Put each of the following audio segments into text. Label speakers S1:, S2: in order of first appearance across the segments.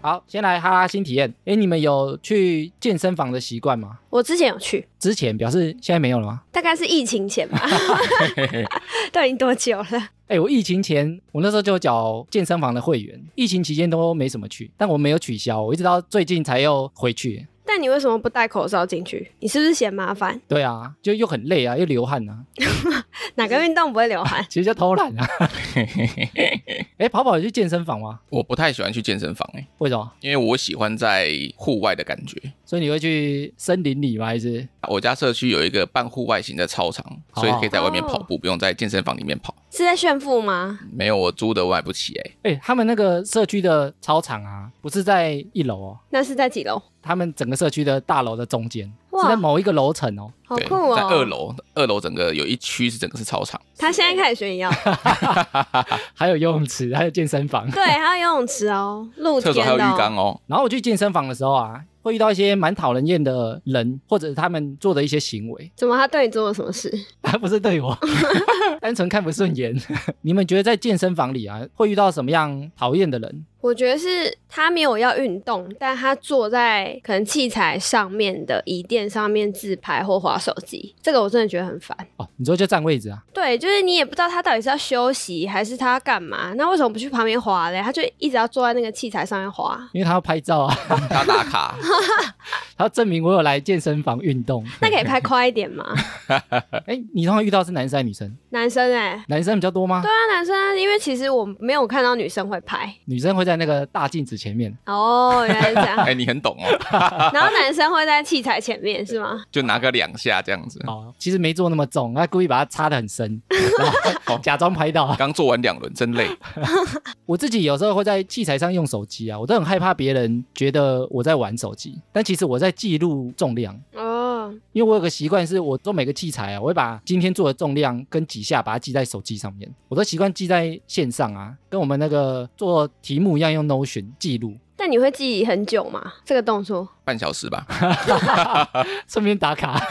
S1: 好，先来哈拉新体验。哎，你们有去健身房的习惯吗？
S2: 我之前有去，
S1: 之前表示现在没有了吗？
S2: 大概是疫情前 吧，都已经多久了？
S1: 哎，我疫情前我那时候就缴健身房的会员，疫情期间都没什么去，但我没有取消，我一直到最近才又回去。
S2: 但你为什么不戴口罩进去？你是不是嫌麻烦？
S1: 对啊，就又很累啊，又流汗啊，
S2: 哪个运动不会流 汗？
S1: 其实就偷懒啊。哎，跑跑有去健身房吗？
S3: 我不太喜欢去健身房哎、
S1: 为什么？
S3: 因为我喜欢在户外的感觉。
S1: 所以你会去森林里吗？还是
S3: 我家社区有一个半户外型的操场，
S1: 哦
S3: 所以可以在外面跑步，不用在健身房里面跑。
S2: 是在炫富吗？
S3: 没有我租的，我买不起哎、
S1: 哎、他们那个社区的操场啊，不是在一楼哦，
S2: 那是在几楼？
S1: 他们整个社区的大楼的中间，
S2: 哇
S1: 是在某一个楼层哦。
S2: 好
S3: 对，
S2: 酷哦！
S3: 在二。楼，二楼整个有一区是整个是操场。
S2: 他现在开始炫 耀，
S1: 还有游泳池，还有健身房。
S2: 对，还有游泳池哦，露
S3: 厕
S2: 天
S3: 所还
S2: 的、
S3: 有
S2: 哦。
S3: 浴缸哦，
S1: 然后我去健身房的时候啊，会遇到一些蛮讨人厌的人，或者他们做的一些行为，
S2: 怎么？他对你做了什么事？
S1: 他不是对我， 单纯看不顺眼。你们觉得在健身房里啊，会遇到什么样讨厌的人？
S2: 我觉得是他没有要运动，但他坐在可能器材上面的椅垫上面自拍或划手机，这个我真的觉得很烦。
S1: 哦，你说就占位置啊？
S2: 对，就是你也不知道他到底是要休息还是他要干嘛，那为什么不去旁边滑嘞？他就一直要坐在那个器材上面滑，
S1: 因为他要拍照啊，
S2: 哦
S3: 他 打卡，
S1: 他要证明我有来健身房运动。
S2: 那可以拍快一点吗？
S1: 哎，你通常遇到是男生还是女生？
S2: 男生哎、
S1: 男生比较多吗？
S2: 对啊，男生啊，因为其实我没有看到女生会拍。
S1: 女生会在那个大镜子前面。
S2: 哦，原来是这样
S3: 哎、。你很懂哦，
S2: 然后男生会在器材前面是吗？
S3: 就拿个两下这样子。
S1: 哦，其实没做那么重，他故意把它插得很 深，然后假装拍到。
S3: 刚做完两轮，真累。
S1: 我自己有时候会在器材上用手机啊，我都很害怕别人觉得我在玩手机，但其实我在记录重量。
S2: 哦，
S1: 因为我有个习惯，是我做每个器材啊，我会把今天做的重量跟几下把它记在手机上面。我都习惯记在线上啊，跟我们那个做题目一样用 Notion 记录，
S2: 但你会记很久吗？这个动作？
S3: 半小时吧，
S1: 顺便打卡，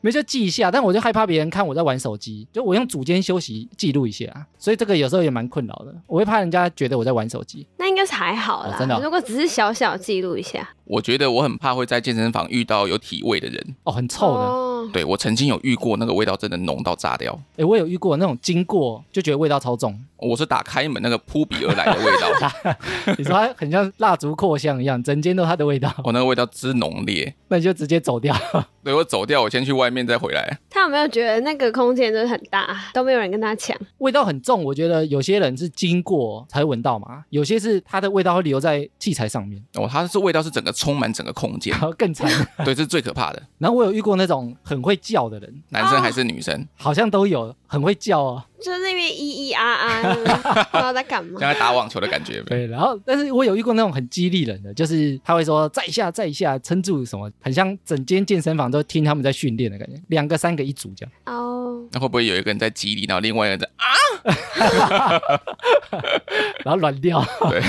S1: 没就记一下。但我就害怕别人看我在玩手机，就我用组间休息记录一下啊，所以这个有时候也蛮困扰的。我会怕人家觉得我在玩手机。
S2: 那应该是还好啦。
S1: 哦真的哦
S2: 如果只是小小记录一下，
S3: 我觉得我很怕会在健身房遇到有体味的人。
S1: 哦，很臭的。
S2: 哦、
S3: 对我曾经有遇过，那个味道真的浓到炸掉。
S1: 诶，我有遇过那种经过就觉得味道超重，
S3: 我是打开门那个扑鼻而来的味道，
S1: 你说它很像蜡烛扩香一样，整间都是它的味道，
S3: 哦我、那个味道之浓烈。
S1: 那你就直接走掉。
S3: 对我走掉，我先去外面再回来。
S2: 他有没有觉得那个空间真的很大，都没有人跟他抢？
S1: 味道很重，我觉得有些人是经过才会闻到嘛，有些是它的味道会留在器材上面，
S3: 哦，它是味道是整个充满整个空间
S1: 然，后更惨。
S3: 对，这是最可怕的。
S1: 然后我有遇过那种很会叫的人，
S3: 男生还是女生，
S1: 好像都有很会叫哦。
S2: 就是那边咿咿啊啊， 不知道在干嘛。
S3: 像在打网球的感觉。
S1: 对，然后但是我有遇过那种很激励人的，就是他会说在下在下撑住什么，很像整间健身房都听他们在训练的感觉，两个三个一组这样。
S2: 哦，
S3: 那会不会有一个人在激励，然后另外一个人在
S1: 然后软掉。
S3: 对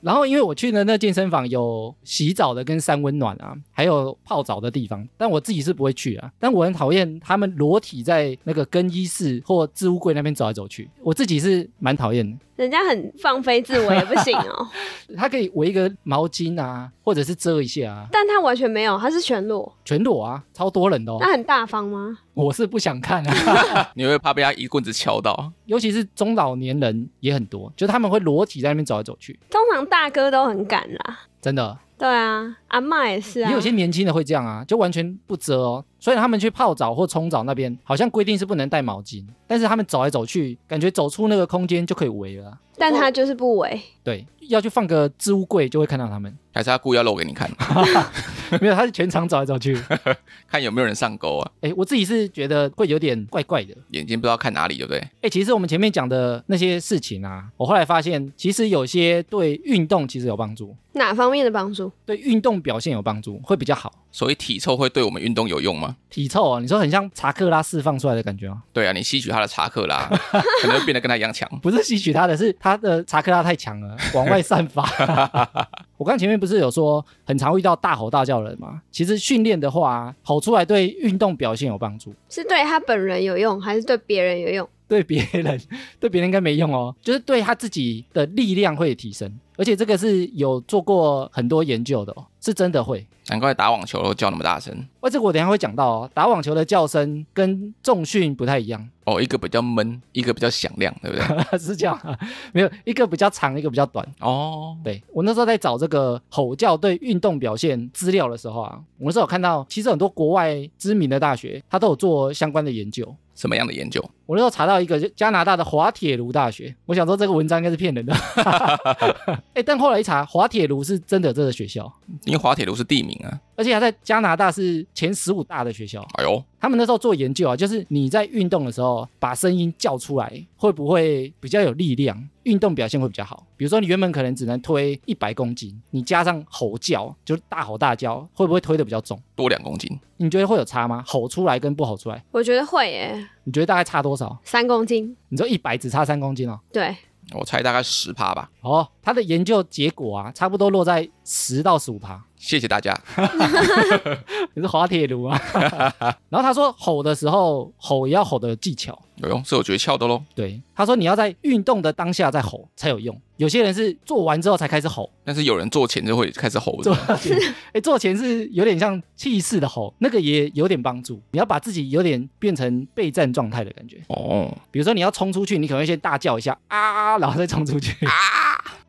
S1: 然后因为我去的那健身房有洗澡的跟三温暖啊，还有泡澡的地方，但我自己是不会去啊。但我很讨厌他们裸体在那个更衣室或置物柜那边走来走去，我自己是蛮讨厌的。
S2: 人家很放飞自我也不行哦，
S1: 他可以围一个毛巾啊，或者是遮一下啊，
S2: 但他完全没有，他是全裸，
S1: 全裸啊，超多人的哦。
S2: 那很大方吗？
S1: 我是不想看啊，
S3: 啊？你会怕被他一棍子敲到？
S1: 尤其是中老年人也很多，就是他们会裸体在那边走来走去，
S2: 通常大哥都很敢啦。
S1: 真的。
S2: 对啊，阿嬷也是啊
S1: 也有。些年轻的会这样啊，就完全不遮哦。虽然他们去泡澡或冲澡那边好像规定是不能带毛巾，但是他们走来走去，感觉走出那个空间就可以围了啊、
S2: 但他就是不为，
S1: 对，要去放个置物柜就会看到他 们，
S3: 还是他故意要露给你看，
S1: 没有，他是全场走来走去。
S3: 看有没有人上钩啊？
S1: 哎，我自己是觉得会有点怪怪的。
S3: 眼睛不知道看哪里，对不对？
S1: 哎，其实我们前面讲的那些事情啊，我后来发现，其实有些对运动其实有帮助，
S2: 哪方面的帮助？
S1: 对运动表现有帮助，会比较好。
S3: 所以体臭会对我们运动有用吗？
S1: 体臭啊，你说很像查克拉释放出来的感觉吗？
S3: 对啊，你吸取他的查克拉，可能会变得跟他一样强。
S1: 不是吸取它的，是它的查克拉太强了，往外散发。我刚前面不是有说，很常遇到大吼大叫的人吗？其实训练的话，吼出来对运动表现有帮助。
S2: 是对他本人有用，还是对别人有用？
S1: 对别人， 对别人应该没用哦，就是对他自己的力量会提升，而且这个是有做过很多研究的哦，是真的会。
S3: 难怪打网球都叫那么大声
S1: 哇，这个我等一下会讲到哦，打网球的叫声跟重训不太一样，
S3: 哦，一个比较闷，一个比较响亮，对不对？
S1: 是这样、啊，没有一个比较长，一个比较短。
S3: 哦，
S1: 对我那时候在找这个吼叫对运动表现资料的时候啊，我那时候有看到，其实很多国外知名的大学，它都有做相关的研究。
S3: 什么样的研究？
S1: 我那时候查到一个就加拿大的滑铁卢大学，我想说这个文章应该是骗人的， 哎、但后来一查，滑铁卢是真的有这个学校，
S3: 因为滑铁卢是地名啊。
S1: 而且它在加拿大是前十五大的学校。
S3: 哎呦，
S1: 他们那时候做研究啊，就是你在运动的时候把声音叫出来，会不会比较有力量？运动表现会比较好。比如说你原本可能只能推一百公斤，你加上吼叫，就是大吼大叫，会不会推的比较重？
S3: 多两公斤，
S1: 你觉得会有差吗？吼出来跟不吼出来，
S2: 我觉得会耶，
S1: 你觉得大概差多少？
S2: 三公斤，
S1: 你说一百只差三公斤哦。
S2: 对，
S3: 我猜大概十趴吧。
S1: 哦，他的研究结果啊，差不多落在十到十五趴。
S3: 谢谢大家。
S1: 你是滑铁卢啊？ 然后他说吼的时候，吼也要吼的有技巧。
S3: 哎呦，是有诀窍的喽。
S1: 对，他说你要在运动的当下再吼才有用。有些人是做完之后才开始吼，
S3: 但是有人做前就会开始吼
S1: 做
S3: 的，
S1: 前，哎，做前 是有点像气势的吼，那个也有点帮助。你要把自己有点变成备战状态的感觉。
S3: 哦，
S1: 比如说你要冲出去，你可能会先大叫一下啊，然后再冲出去啊，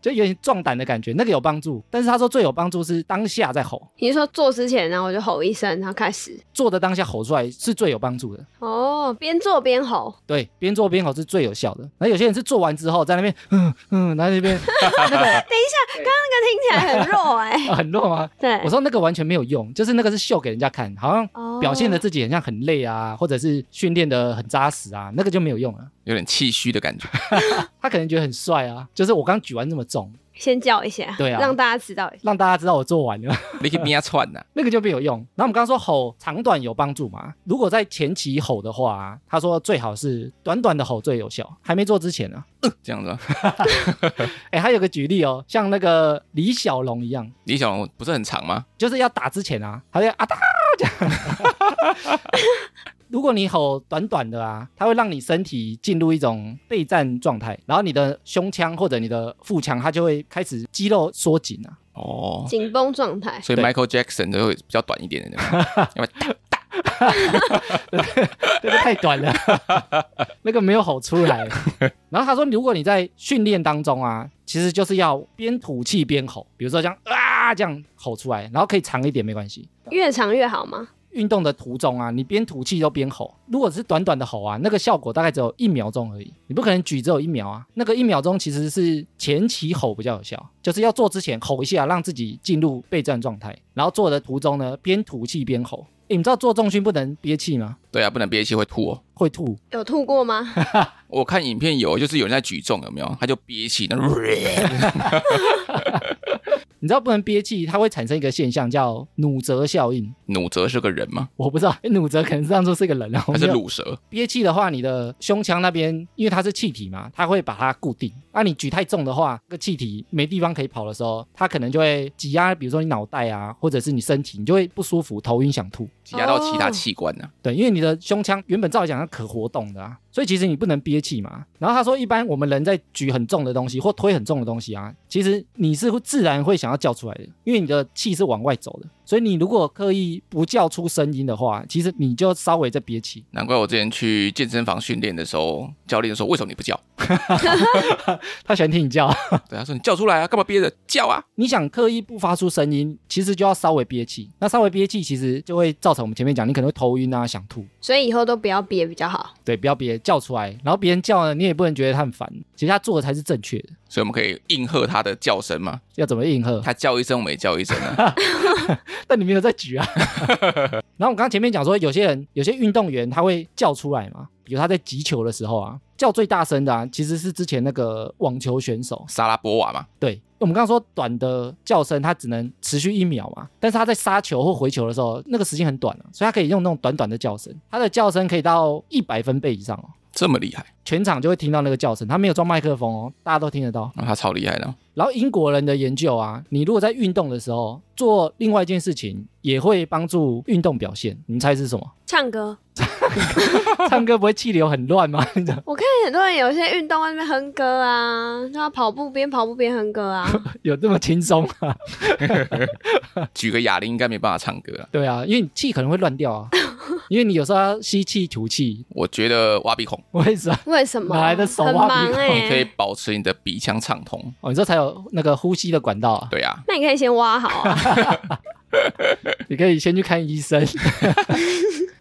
S1: 就有点壮胆的感觉，那个有帮助。但是他说最有帮助是当下在吼，
S2: 你是说做之前，然后我就吼一声，然后开始，
S1: 做的当下吼出来是最有帮助的。
S2: 哦，边做边吼，
S1: 对，边做边吼是最有效的。那有些人是做完之后在那边，嗯嗯，在那边
S2: 那个听起来很弱哎、
S1: 啊很弱啊。
S2: 对
S1: 我，说那个完全没有用，就是那个是秀给人家看，好像
S2: 哦
S1: 表现的自己很像很累啊，或者是训练的很扎实啊，那个就没有用啊。
S3: 有点气虚的感觉。
S1: 他可能觉得很帅啊，就是我刚举完这么重，
S2: 先叫一下，
S1: 对啊
S2: 让大家知道一下，
S1: 让大家知道我做完了，
S3: 你可以边啊串呐，
S1: 那个就没有用。然后我们刚刚说吼长短有帮助嘛，如果在前期吼的话、啊，他说最好是短短的吼最有效，还没做之前啊。
S3: 这样子啊。
S1: 哎，还有个举例哦，像那个李小龙一样，
S3: 李小龙不是很长吗？
S1: 就是要打之前啊，他就啊哒这样。如果你吼短短的啊，它会让你身体进入一种备战状态，然后你的胸腔或者你的腹腔，它就会开始肌肉缩紧啊。
S3: 哦，
S2: 紧绷状态，
S3: 所以
S1: 对
S3: Michael Jackson 就会比较短一点的那种， 要不然
S1: 这个太短了，那个没有吼出来。然后他说，如果你在训练当中啊，其实就是要边吐气边吼，比如说像啊这样吼出来，然后可以长一点没关系。
S2: 越长越好吗？
S1: 运动的途中啊，你边吐气都边吼，如果是短短的吼啊，那个效果大概只有一秒钟而已。你不可能举只有一秒啊，那个一秒钟其实是前期吼比较有效，就是要做之前吼一下，让自己进入备战状态，然后做的途中呢，边吐气边吼。诶你知道做重训不能憋气吗？
S3: 对啊，不能憋气会吐哦。
S1: 会吐。
S2: 有吐 过吗？
S3: 我看影片有，就是有人在举重，有没有？他就憋气，那
S1: 你知道不能憋气，它会产生一个现象叫努折效应。
S3: 努哲是个人吗？
S1: 我不知道，诶努折可能是当初是个人啊，我
S3: 还
S1: 没
S3: 是
S1: 有
S3: 乳蛇？
S1: 憋气的话，你的胸腔那边因为它是气体嘛，它会把它固定。那、你举太重的话，这个气体没地方可以跑的时候，它可能就会挤压，比如说你脑袋啊，或者是你身体，你就会不舒服、头晕、想吐。
S3: 挤压到其他
S2: 哦
S3: 器官啊呢、
S1: 对，因为你的胸腔原本照理讲它可活动的啊，所以其实你不能憋气嘛。然后他说，一般我们人在举很重的东西或推很重的东西啊，其实你是会自然会想要叫出来的，因为你的气是往外走的。所以你如果刻意不叫出声音的话，其实你就稍微在憋气。
S3: 难怪我之前去健身房训练的时候，教练说：“为什么你不叫
S1: 他喜欢听你叫。？”
S3: 对，他说：“你叫出来啊，干嘛憋着叫啊
S1: 你想刻意不发出声音，其实就要稍微憋气。那稍微憋气，其实就会造成我们前面讲，你可能会头晕啊、想吐。
S2: 所以以后都不要憋比较好。
S1: 对，不要憋叫出来，然后别人叫呢，你也不能觉得他很烦。其实他做的才是正确的，？”
S3: 所以我们可以应和他的叫声嘛，
S1: 要怎么应和？
S3: 他叫一声，我们也叫一声啊。
S1: 但你没有在举啊。然后我刚刚前面讲说，有些人有些运动员他会叫出来嘛，比如他在击球的时候啊，叫最大声的啊，其实是之前那个网球选手。
S3: 沙拉波娃嘛，
S1: 对我们刚刚说短的叫声，它只能持续一秒嘛，但是他在杀球或回球的时候，那个时间很短啊，所以他可以用那种短短的叫声，他的叫声可以到一百分贝以上哦。
S3: 这么厉害，
S1: 全场就会听到那个叫声，他没有装麦克风哦，大家都听得到。
S3: 那、他超厉害的，
S1: 然后英国人的研究啊，你如果在运动的时候做另外一件事情，也会帮助运动表现。你们猜是什么？
S2: 唱歌，
S1: 唱歌不会气流很乱吗？ 你知道
S2: 我看很多人有些运动外面哼歌啊，就要跑步边跑步边哼 歌啊。
S1: 有这么轻松啊？
S3: 举个哑铃应该没办法唱歌了。
S1: 对啊，因为你气可能会乱掉啊，因为你有时候要吸气吐气，
S3: 我觉得挖鼻孔
S1: 为什么？
S2: 为什么？
S1: 哪来的手
S2: 很
S1: 啊
S2: 忙
S1: 鼻孔
S2: 哎、
S3: 可以保持你的鼻腔畅通。
S1: 哦，你这才有那个呼吸的管道啊，
S3: 对啊，
S2: 那你可以先挖好啊。
S1: 你可以先去看医生。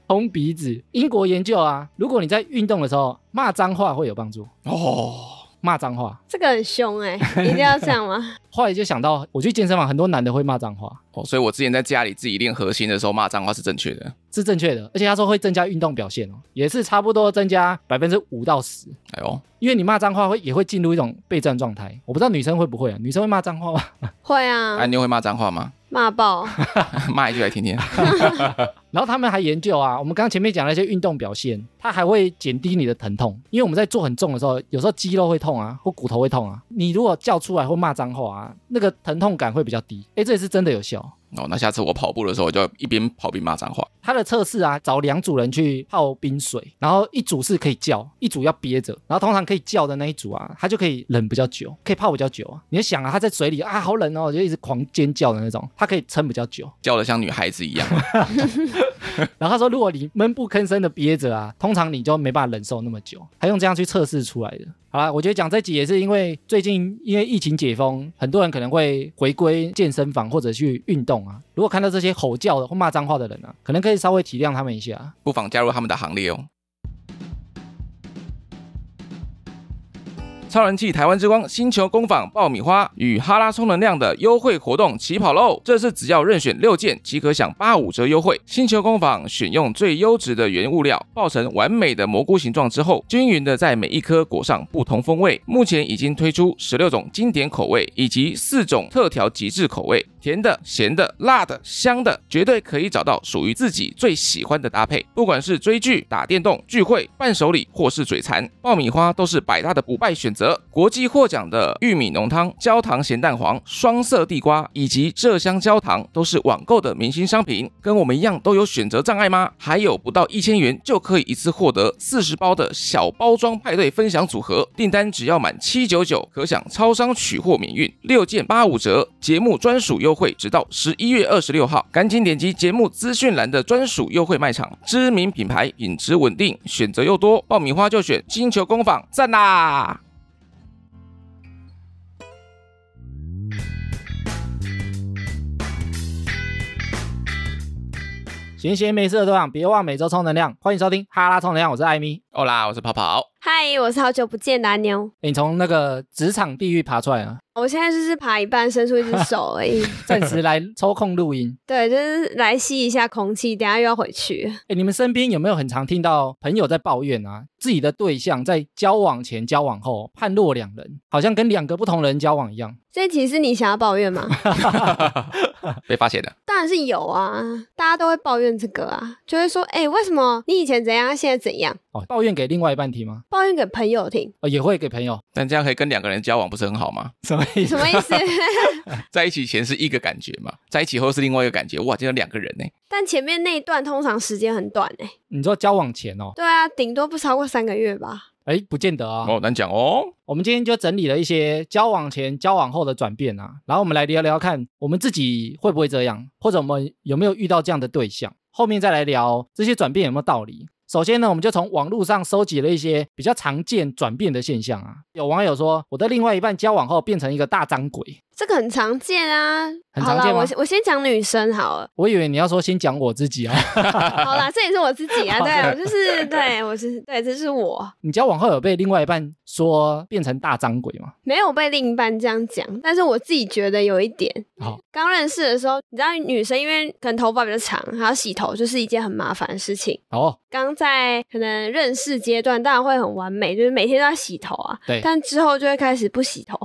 S1: 通鼻子，英国研究啊，如果你在运动的时候骂脏话会有帮助，
S3: 哦，
S1: 骂脏话。
S2: 这个很凶哎、一定要这样吗？
S1: 后来就想到，我去健身房，很多男的会骂脏话，
S3: 哦，所以我之前在家里自己练核心的时候骂脏话是正确的。
S1: 是正确的，而且他说会增加运动表现哦，也是差不多增加百分之五到十，
S3: 哎呦，
S1: 因为你骂脏话会也会进入一种备战状态。我不知道女生会不会啊，女生会骂脏话吗？
S2: 会啊
S3: 安，妞会骂脏话吗？
S2: 骂爆，
S3: 骂一句来听听。
S1: 然后他们还研究啊，我们刚刚前面讲那些运动表现，它还会减低你的疼痛，因为我们在做很重的时候，有时候肌肉会痛啊，或骨头会痛啊。你如果叫出来或骂脏话啊，那个疼痛感会比较低。哎，这也是真的有效。
S3: 哦，那下次我跑步的时候，我就一边跑边骂脏话。
S1: 它的测试啊，找两组人去泡冰水，然后一组是可以叫，一组要憋着，然后通常可以叫的那一组啊，他就可以忍比较久，可以泡比较久啊。你就想啊，他在水里啊，好冷哦，就一直狂尖叫的那种，他可以撑比较久。
S3: 叫的像女孩子一样，
S1: 然后他说，如果你闷不吭声的憋着啊，通常你就没办法忍受那么久。他用这样去测试出来的。好啦，我觉得讲这集也是因为最近因为疫情解封，很多人可能会回归健身房或者去运动啊。如果看到这些吼叫的或骂脏话的人啊，可能可以稍微体谅他们一下。
S3: 不妨加入他们的行列哦。超人气台湾之光星球工坊爆米花与哈拉充能量的优惠活动起跑喽！这次只要任选六件即可享八五折优惠。星球工坊选用最优质的原物料，爆成完美的蘑菇形状之后，均匀的在每一颗裹上不同风味。目前已经推出十六种经典口味以及四种特调极致口味，甜的、咸的、辣的、香的，绝对可以找到属于自己最喜欢的搭配。不管是追剧、打电动、聚会、伴手礼或是嘴馋，爆米花都是百大的不败选择。国际获奖的玉米浓汤、焦糖咸蛋黄、双色地瓜以及麝香焦糖都是网购的明星商品。跟我们一样都有选择障碍吗？还有不到一千元就可以一次获得四十包的小包装派对分享组合，订单只要满七九九，可享超商取货免运，六件八五折，节目专属优惠，直到十一月二十六号。赶紧点击节目资讯栏的专属优惠卖场，知名品牌，品质稳定，选择又多，爆米花就选星球工坊，赞啦！
S1: 闲闲没事的都想，别忘每周充能量。欢迎收听哈拉充能量，我是艾米。
S3: 哦啦，我是跑跑。
S2: 嗨，我是好久不见的阿妞。
S1: 诶你从那个职场地狱爬出来啊，
S2: 我现在就是爬一半，伸出一只手 而已。
S1: 暂时来抽空录音。
S2: 对，就是来吸一下空气，等一下又要回去。
S1: 哎，你们身边有没有很常听到朋友在抱怨啊，自己的对象在交往前、交往后判若两人，好像跟两个不同人交往一样？
S2: 这题是你想要抱怨吗？
S3: 被发现了，
S2: 当然是有啊，大家都会抱怨这个啊，就会说，哎、为什么你以前怎样，现在怎样？
S1: 哦，抱怨给另外一半听吗？
S2: 抱怨给朋 友听，
S1: 哦，也会给朋友，
S3: 但这样可以跟两个人交往，不是很好吗？
S1: 什么意思？
S2: 什么意思？
S3: 在一起前是一个感觉嘛，在一起后是另外一个感觉，哇，这有两个人呢、
S2: 但前面那一段通常时间很短哎、
S1: 你说交往前哦，
S2: 对啊，顶多不超过三个月吧。
S1: 哎，不见得啊。
S3: 哦，难讲哦。
S1: 我们今天就整理了一些交往前、交往后的转变啊，然后我们来聊聊看，我们自己会不会这样，或者我们有没有遇到这样的对象，后面再来聊这些转变有没有道理。首先呢，我们就从网络上收集了一些比较常见转变的现象啊。有网友说，我的另外一半交往后变成一个大张鬼。
S2: 这个很常见啊，
S1: 很常见吗
S2: 好啦，我先我先讲女生好了，
S1: 我以为你要说先讲我自己啊，
S2: 好啦， 这也是我自己啊，
S1: 好
S2: 对我就是对我是对，这是我
S1: 你交往后有被另外一半说变成大张鬼吗？
S2: 没有被另一半这样讲，但是我自己觉得有一点，
S1: 好、
S2: 刚认识的时候，你知道女生因为可能头发比较长，还要洗头，就是一件很麻烦的事情。
S1: 哦，
S2: 刚在可能认识阶段，当然会很完美，就是每天都要洗头啊。
S1: 对
S2: 但之后就会开始不 洗头，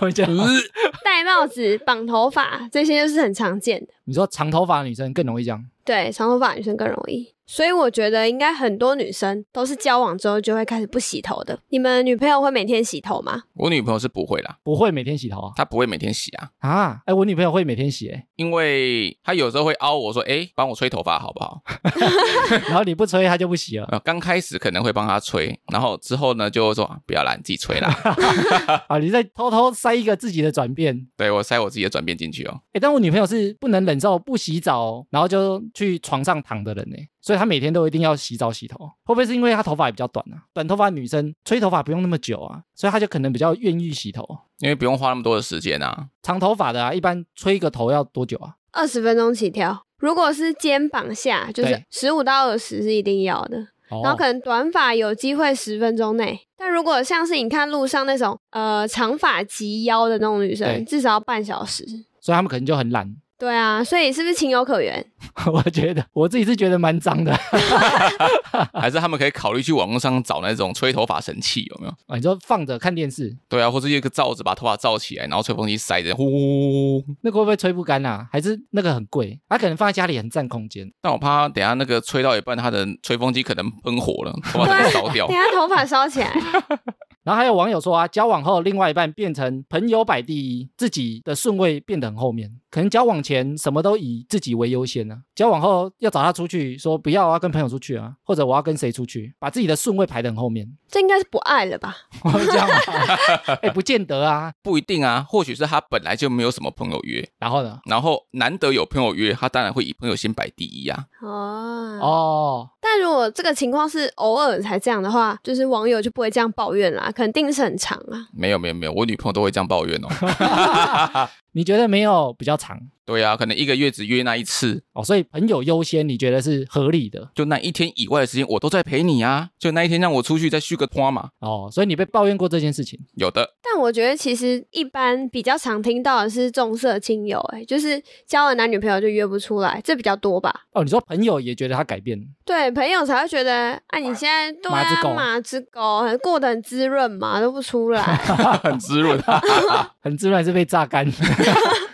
S1: 我讲
S3: 呃嗯
S2: 戴帽子、绑头发，这些就是很常见的。
S1: 你说长头发的女生更容易这样，
S2: 对，长头发女生更容易。所以我觉得应该很多女生都是交往之后就会开始不洗头的。你们女朋友会每天洗头吗？
S3: 我女朋友是不会啦，
S1: 不会每天洗头啊？
S3: 她不会每天洗啊，
S1: 啊，哎，我女朋友会每天洗、欸，
S3: 因为她有时候会凹我说，哎，帮我吹头发好不好？
S1: 然后你不吹她就不洗了
S3: 呃，刚开始可能会帮她吹，然后之后呢就会说啊不要啦，你自己吹啦。
S1: 啊！你在偷偷塞一个自己的转变。
S3: 对我塞我自己的转变进去哦。
S1: 哎，但我女朋友是不能忍受不洗澡，然后就去床上躺的人呢、所以她每天都一定要洗澡洗头。会不会是因为她头发也比较短啊？短头发的女生吹头发不用那么久啊，所以她就可能比较愿意洗头。
S3: 因为不用花那么多的时间啊，
S1: 长头发的啊，一般吹一个头要多久啊？
S2: 二十分钟起跳。如果是肩膀下，就是
S1: 对
S2: 十五到二十是一定要的。
S1: 哦
S2: 然后可能短发有机会十分钟内，但如果像是你看路上那种呃长发及腰的那种女
S1: 对
S2: 生，至少要半小时。
S1: 所以他们可能就很懒。
S2: 对啊，所以是不是情有可原？
S1: 我觉得我自己是觉得蛮脏的、 啊
S3: 还是他们可以考虑去网络上找那种吹头发神器，有没有？
S1: 啊你说放着看电视，
S3: 对啊，或者一个罩子把头发罩起来，然后吹风机塞着，呼呼呼呼呼。
S1: 那个会不会吹不干啊？还是那个很贵？它、可能放在家里很占空间。
S3: 但我怕等一下那个吹到一半，他的吹风机可能喷火了，头发整个烧掉
S2: 等一。下头发 烧起来，
S1: 然后还有网友说啊，交往后另外一半变成朋友摆第一，自己的顺位变得很后面。可能交往前什么都以自己为优先啊，交往后要找他出去，说不要啊，跟朋友出去啊，或者我要跟谁出去，把自己的顺位排得很后面。
S2: 这应该是不爱了吧？
S1: 我哦会这样吗？ 哎、不见得啊。
S3: 不一定啊，或许是他本来就没有什么朋友约，
S1: 然后呢？
S3: 然后难得有朋友约，他当然会以朋友先摆第一啊。
S2: 哦，
S1: 哦，
S2: 但如果这个情况是偶尔才这样的话，就是网友就不会这样抱怨啦，肯定是很长啊。
S3: 没有没有没有，我女朋友都会这样抱怨哦。
S1: 你觉得没有比较长
S3: 对啊，可能一个月只约那一次，
S1: 哦，所以朋友优先，你觉得是合理的
S3: 就那一天以外的时间我都在陪你啊。就那一天让我出去再续个拖嘛，
S1: 哦，所以你被抱怨过这件事情。
S3: 有的
S2: 但我觉得其实一般比较常听到的是重色轻友、欸，就是交了男女朋友就约不出来，这比较多吧？
S1: 哦，你说朋友也觉得他改变，
S2: 对，朋友才会觉得，啊，你现在对
S1: 马之狗
S2: 啊，马之狗很过得很滋润嘛，都不 出来。
S3: 很滋润。啊
S1: 很自然是被榨干。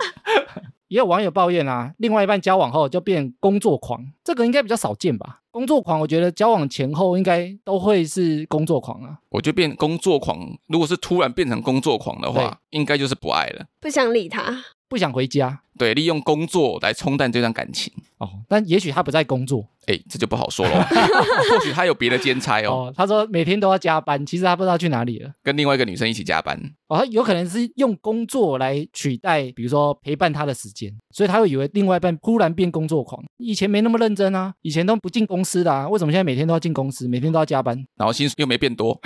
S1: 也有网友抱怨啊，另外一半交往后就变工作狂，这个应该比较少见吧？工作狂，我觉得交往前后应该都会是工作狂啊。
S3: 我就变工作狂，如果是突然变成工作狂的话，应该就是不爱了。
S2: 不想理他，
S1: 不想回家
S3: 对，利用工作来冲淡这段感情，
S1: 哦，但也许他不在工作
S3: 哎，这就不好说了。或许他有别的兼差哦，
S1: 哦，他说每天都要加班，其实他不知道去哪里了。
S3: 跟另外一个女生一起加班。
S1: 哦，他有可能是用工作来取代，比如说陪伴他的时间，所以他会以为另外一半忽然变工作狂。以前没那么认真啊，以前都不进公司的啊，为什么现在每天都要进公司，每天都要加班？
S3: 然后薪水又没变多，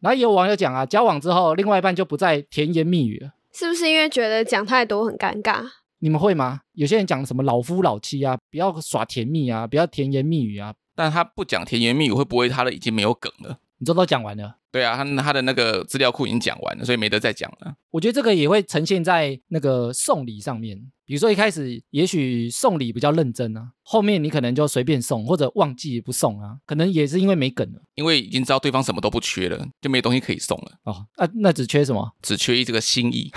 S1: 然后也有网友讲啊，交往之后，另外一半就不再甜言蜜语了。
S2: 是不是因为觉得讲太多很尴尬？
S1: 你们会吗？有些人讲什么老夫老妻啊，不要耍甜蜜啊，不要甜言蜜语啊，
S3: 但他不讲甜言蜜语，会不会他的已经没有梗了？
S1: 你这都讲完了。
S3: 对啊，他他的那个资料库已经讲完了，所以没得再讲了。
S1: 我觉得这个也会呈现在那个送礼上面。比如说一开始也许送礼比较认真啊，后面你可能就随便送或者忘记不送啊，可能也是因为没梗了
S3: 因为已经知道对方什么都不缺了，就没东西可以送了，
S1: 哦。啊，那只缺什么？
S3: 只缺这个心意。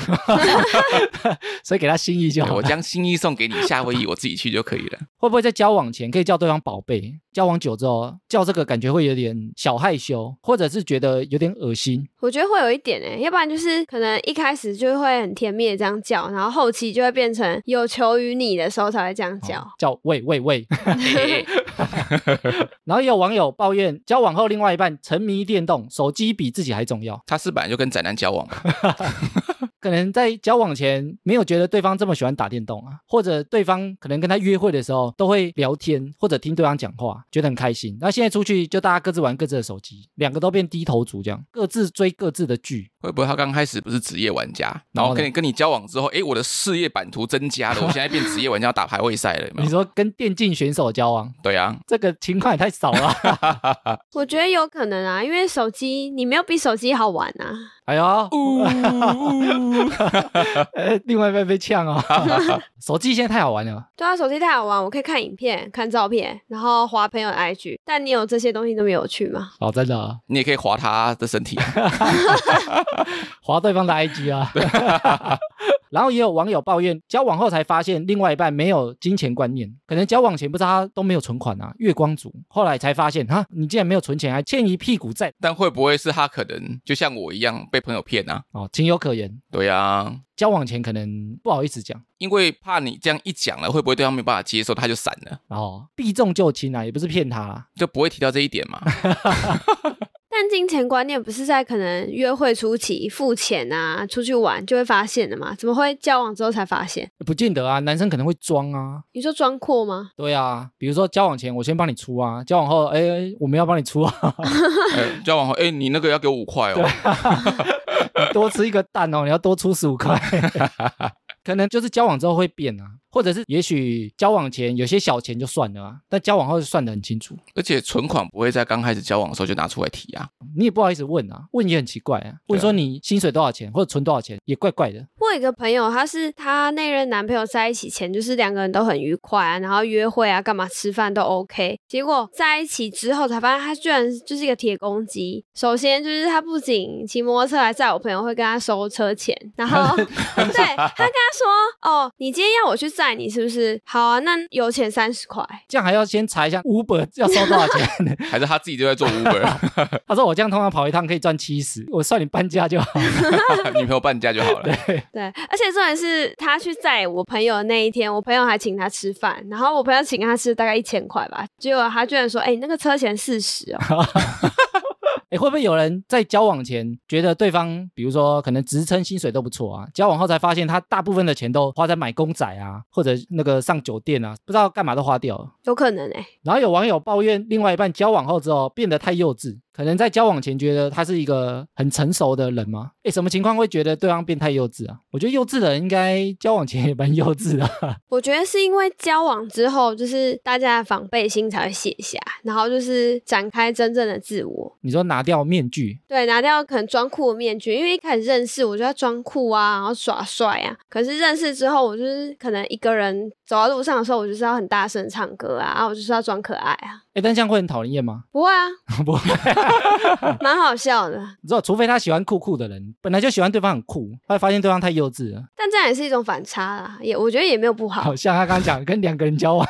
S1: 所以给他心意就
S3: 对
S1: 好
S3: 我
S1: 了。
S3: 将心意送给你，夏威夷我自己去就可以了。
S1: 会不会在交往前可以叫对方宝贝？交往久之后叫这个感觉会有点小害羞，或者是觉得有点恶心。
S2: 我觉得会有一点欸诶、要不然就是可能一开始就会很甜蜜的这样叫，然后后期就会变成有求于你的时候才会这
S1: 哦
S2: 样叫。
S1: 叫喂喂喂，
S3: 哎
S1: 然后也有网友抱怨，交往后另外一半沉迷电动，手机比自己还重要。
S3: 他是本来就跟宅男交往嘛，
S1: 可能在交往前没有觉得对方这么喜欢打电动啊，或者对方可能跟他约会的时候都会聊天，或者听对方讲话，觉得很开心。那现在出去就大家各自玩各自的手机，两个都变低头族，这样各自追各自的剧。
S3: 会不会他刚开始不是职业玩家，
S1: 然
S3: 然
S1: 后呢
S3: 后跟你跟你交往之后，哎，我的事业版图增加了，我现在变职业玩家打排位赛了，有没
S1: 你
S3: 有？
S1: 说跟电竞选手交往，
S3: 对啊，
S1: 这个情况也太少了。
S2: 我觉得有可能啊，因为手机你没有比手机好玩啊。
S1: 哎呦，呃， 另外一半被呛哦，手机现在太好玩了。
S2: 对啊，手机太好玩，我可以看影片、看照片，然后划朋友的 IG。但你有这些东西都没有趣吗？
S1: 哦，真的啊，
S3: 你也可以划他的身体啊，
S1: 划对方的 IG 啊。然后也有网友抱怨，交往后才发现另外一半没有金钱观念，可能交往前不知道他都没有存款啊，月光族，后来才发现哈，你竟然没有存钱，还欠一屁股债
S3: 但会不会是他可能就像我一样被朋友骗啊？
S1: 哦，情有可原。
S3: 对啊，
S1: 交往前可能不好意思讲，
S3: 因为怕你这样一讲了，会不会对他没办法接受，他就散了，
S1: 然后哦避重就轻啊，也不是骗他啦。
S3: 就不会提到这一点嘛。
S2: 但金钱观念不是在可能约会初期付钱啊，出去玩就会发现的嘛？怎么会交往之后才发现？
S1: 不见得啊，男生可能会装啊，
S2: 你说装阔吗？
S1: 对啊，比如说交往前我先帮你出啊，交往后哎我们要帮你出啊，
S3: 哎交往后，哎，你那个要给我五块哦。
S1: 你多吃一个蛋哦，你要多出十五块。可能就是交往之后会变啊，或者是也许交往前有些小钱就算了啊，但交往后就算得很清楚，
S3: 而且存款不会在刚开始交往的时候就拿出来提啊。
S1: 你也不好意思问啊，问也很奇怪啊，问说你薪水多少钱或者存多少钱也怪怪的。
S2: 我有一个朋友，她是她那任男朋友在一起前，就是两个人都很愉快啊，然后约会啊、干嘛吃饭都 OK。结果在一起之后才发现，他居然就是一个铁公鸡。首先就是他不仅骑摩托车来载我朋友，会跟他收车钱，然后对他跟他说：“哦，你今天要我去载你是不是？好啊，那油钱三十块。”
S1: 这样还要先查一下 Uber 要收多少钱。
S3: 还是他自己就在做 Uber，
S1: 他说我这样通常跑一趟可以赚七十，我算你搬家就好。
S3: 女朋友半价就好了。
S2: 对，而且重点是他去载我朋友的那一天，我朋友还请他吃饭，然后我朋友请他吃大概一千块吧，结果他居然说：“哎、你那个车钱四十哦。
S1: 哎，会不会有人在交往前觉得对方，比如说可能职称薪水都不错啊，交往后才发现他大部分的钱都花在买公仔啊，或者那个上酒店啊，不知道干嘛都花掉了。”
S2: 有可能哎、
S1: 然后有网友抱怨，另外一半交往后之后变得太幼稚，可能在交往前觉得他是一个很成熟的人吗？诶，什么情况会觉得对方变太幼稚啊？我觉得幼稚的人应该交往前也蛮幼稚的。
S2: 我觉得是因为交往之后，就是大家的防备心才会卸下，然后就是展开真正的自我。
S1: 你说拿掉面具，
S2: 对，拿掉可能装酷的面具，因为一开始认识我就要装酷啊，然后耍帅啊。可是认识之后，我就是可能一个人走在路上的时候，我就是要很大声唱歌啊，然后我就是要装可爱啊。
S1: 诶，但这样会很讨人厌吗？
S2: 不会啊，
S1: 不会，
S2: 蛮好笑的，
S1: 你知道，除非他喜欢酷酷的人，本来就喜欢对方很酷，后来发现对方太幼稚了，
S2: 但这样也是一种反差啦，也我觉得也没有不好
S1: 好。像他刚刚讲跟两个人交往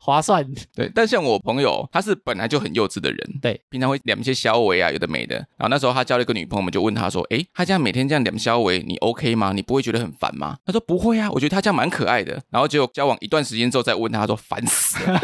S1: 划算，
S3: 对，但像我朋友，他是本来就很幼稚的人，
S1: 对，
S3: 平常会两些小维啊，有的没的。然后那时候他交了一个女朋友，我们就问他说，诶，他这样每天这样两小维，你 OK 吗？你不会觉得很烦吗？他说不会啊，我觉得他这样蛮可爱的。然后结果交往一段时间之后再问他，他说烦死了，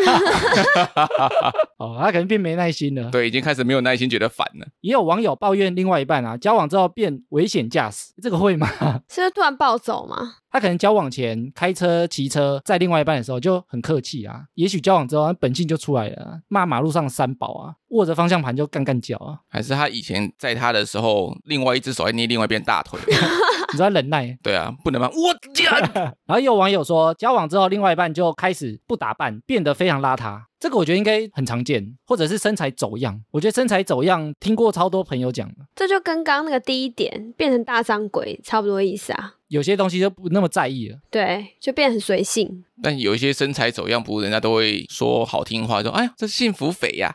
S1: 哦，他可能变没耐心了。
S3: 对，已经开始没有耐心，觉得烦了。
S1: 也有网友抱怨另外一半啊，交往之后变危险驾驶，这个会吗？
S2: 是不是突然暴走吗？
S1: 他可能交往前开车、骑车，在另外一半的时候就很客气啊，也许交往之后他本性就出来了啊，骂马路上的三宝啊，握着方向盘就干干叫 啊，
S3: 还是他以前在他的时候，另外一只手在捏另外一边大腿，
S1: 你知道忍耐。
S3: 对啊，不能吗？我天，
S1: 然后也有网友说，交往之后另外一半就开始不打扮，变得非常邋遢。这个我觉得应该很常见，或者是身材走样。我觉得身材走样，听过超多朋友讲的，
S2: 这就跟刚刚那个第一点变成大张鬼差不多意思啊。
S1: 有些东西就不那么在意了。
S2: 对，就变得很随 性。
S3: 但有一些身材走样不是人家都会说好听话，说哎呀，这是幸福肥呀、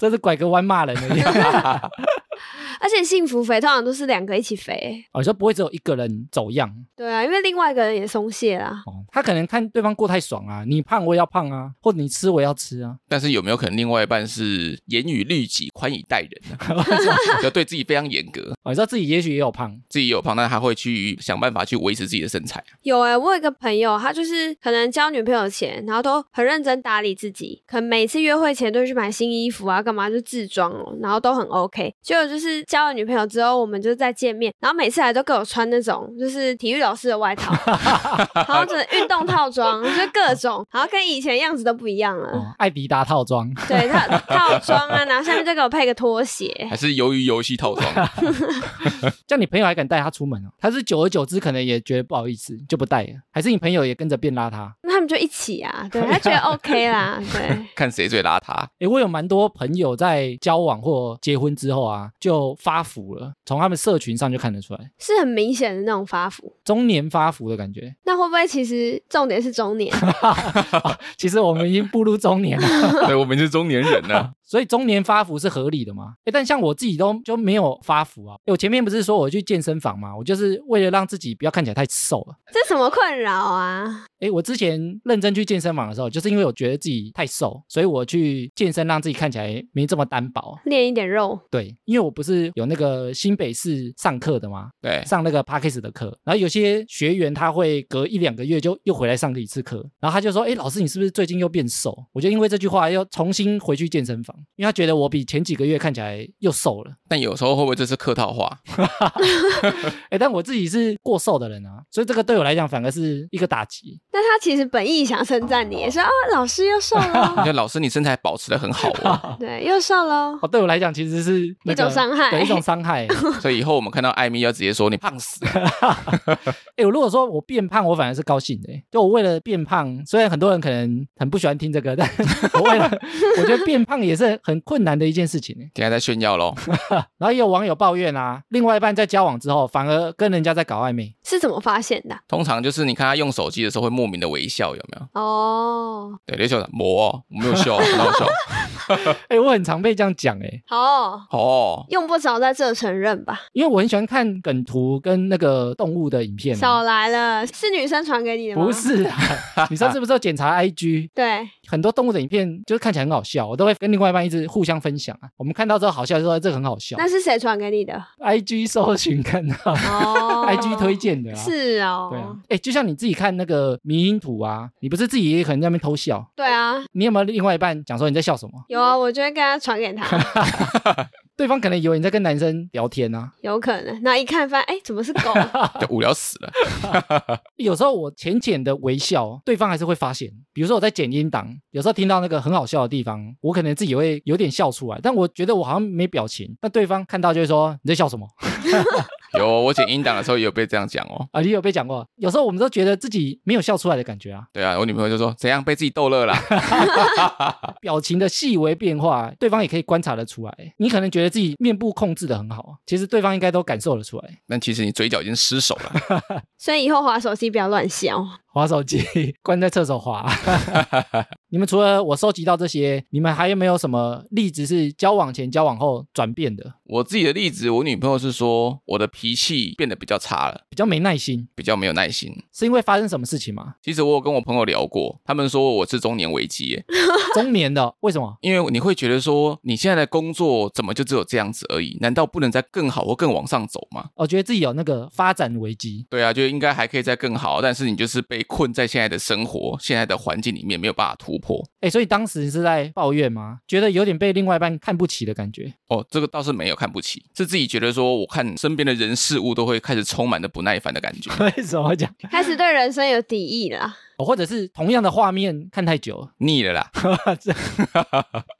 S1: 这是拐个弯骂人 哦的，
S2: 而且幸福肥通常都是两个一起肥，
S1: 哦，你说不会只有一个人走样，
S2: 对啊，因为另外一个人也松懈啦。
S1: 哦，他可能看对方过太爽啊，你胖我也要胖啊，或者你吃我也要吃啊，
S3: 但是有没有可能另外一半是严以律己，宽以待人呢、就对自己非常严格，
S1: 哦，你知道自己也许也有胖，
S3: 自己有胖，但他会去想办法去维持自己的身材。
S2: 有诶、我有一个朋友，他就是可能交女朋友前，然后都很认真打理自己，可能每次约会前都去买新衣服啊，干嘛就自装哦，然后都很 OK。结果就是交了女朋友之后，我们就再见面，然后每次来都给我穿那种就是体育老师的外套，然后就是运动套装，就是各种，然后跟以前样子都不一样了。
S1: 哦，艾迪达套装，
S2: 对他套装啊，然后下面就给我配个拖鞋，
S3: 还是由于游戏套装，
S1: 这样你朋友还敢带他出门哦？他是久而久之可能也觉得不好意思，就不带了，还是你朋友也跟着变邋遢？
S2: 那他们就一起啊，对他觉得 OK 啦，对，
S3: 看谁最邋遢。
S1: 诶，我有蛮多朋友在交往或结婚之后啊，就发福了，从他们社群上就看得出来，
S2: 是很明显的那种发福。
S1: 中年发福的感觉。
S2: 那会不会其实重点是中年？
S1: 哦其实我们已经步入中年了，
S3: 对，我们是中年人呢、
S1: 所以中年发福是合理的嘛？诶但像我自己都就没有发福啊。诶我前面不是说我去健身房嘛，我就是为了让自己不要看起来太瘦了。
S2: 这什么困扰啊？
S1: 诶，我之前认真去健身房的时候，就是因为我觉得自己太瘦，所以我去健身让自己看起来没这么单薄。
S2: 练一点肉，
S1: 对，因为我不是有那个新北市上课的嘛，
S3: 对，
S1: 上那个 p a c k a g e 的课，然后有些学员他会隔一两个月就又回来上一次课，然后他就说：“哎，老师，你是不是最近又变瘦？”我就因为这句话又重新回去健身房，因为他觉得我比前几个月看起来又瘦了。
S3: 但有时候会不会这是客套话？
S1: 哎，但我自己是过瘦的人啊，所以这个对我来讲反而是一个打击。
S2: 但他其实本意想称赞你，说啊，老师又瘦
S3: 你
S2: 了，
S3: 看老师，你身材保持的很好 哦，
S2: 对，又瘦了。
S1: 哦，对我来讲其实是、那个
S2: 一种伤害
S1: 对一种伤害。啊
S3: 所以以后我们看到艾米要直接说你胖死了，
S1: 哎，我如果说我变胖，我反而是高兴的欸。就我为了变胖，虽然很多人可能很不喜欢听这个，但 我为了我觉得变胖也是很困难的一件事情欸。
S3: 等一下再炫耀喽。
S1: 然后也有网友抱怨啊，另外一半在交往之后，反而跟人家在搞暧昧。
S2: 是怎么发现的？
S3: 通常就是你看他用手机的时候会莫名的微笑，有没有？
S2: 哦，
S3: 对，刘校长，没哦，我没有笑，没有笑。
S1: 哎，我很常被这样讲哎、
S2: 哦，
S3: 哦，
S2: 用不着在这承认吧，
S1: 因为我很喜欢看梗图跟那个动物的影片、
S2: 少
S1: 啊。
S2: 来了，是女生传给你的吗？
S1: 不，是啊，你上次不是有检查 IG
S2: 对，
S1: 很多动物的影片，就是看起来很好笑，我都会跟另外一半一直互相分享啊。我们看到之后好笑，就说这个很好笑
S2: 那是谁传给你的？
S1: ，IG 搜寻看到、
S2: 哦
S1: i g 推荐的啊。
S2: 是哦，
S1: 对啊，哎，就像你自己看那个迷因图啊，你不是自己也可能在那边偷笑，
S2: 对啊，
S1: 你有没有另外一半讲说你在笑什么？
S2: 有啊，我就会跟他传 给他，
S1: 对方可能以为你在跟男生聊天啊。
S2: 有可能。那一看发现，哎，怎么是 狗？
S3: 就无聊死了。
S1: 有时候我浅浅的微笑，对方还是会发现。比如说我在剪音档，有时候听到那个很好笑的地方，我可能自己会有点笑出来，但我觉得我好像没表情，但对方看到就会说你在笑什么
S3: 有，我剪音档的时候也有被这样讲哦。
S1: 啊？你有被讲过？有时候我们都觉得自己没有笑出来的感觉啊，
S3: 对啊，我女朋友就说怎样被自己逗乐啦。
S1: 表情的细微变化，对方也可以观察得出来。你可能觉得自己面部控制的很好，其实对方应该都感受得出来。
S3: 但其实你嘴角已经失手了。
S2: 所以以后划手机不要乱笑。
S1: 滑手机， 关在厕所滑。 你们除了我收集到这些，你们还有没有什么例子是交往前、交往后转变的？
S3: 我自己的例子，我女朋友是说我的脾气变得比较差了，
S1: 比较没耐心，
S3: 比较没有耐心。？
S1: 是因为发生什么事情吗
S3: 其实我有跟我朋友聊过，他们说我是中年危机耶，
S1: 中年的为什么？
S3: 因为你会觉得说你现在的工作怎么就只有这样子而已？难道不能再更好或更往上走吗？
S1: 我哦觉得自己有那个发展危机，
S3: 对啊，就应该还可以再更好，但是你就是被困在现在的生活、现在的环境里面，没有办法突破。
S1: 哎，所以当时是在抱怨吗？觉得有点被另外一半看不起的感觉。
S3: 哦，这个倒是没有看不起，是自己觉得说，我看身边的人事物都会开始充满了不耐烦的感觉。
S1: 为什么讲？
S2: 开始对人生有敌意了。
S1: 哦或者是同样的画面看太久了？
S3: 腻了啦，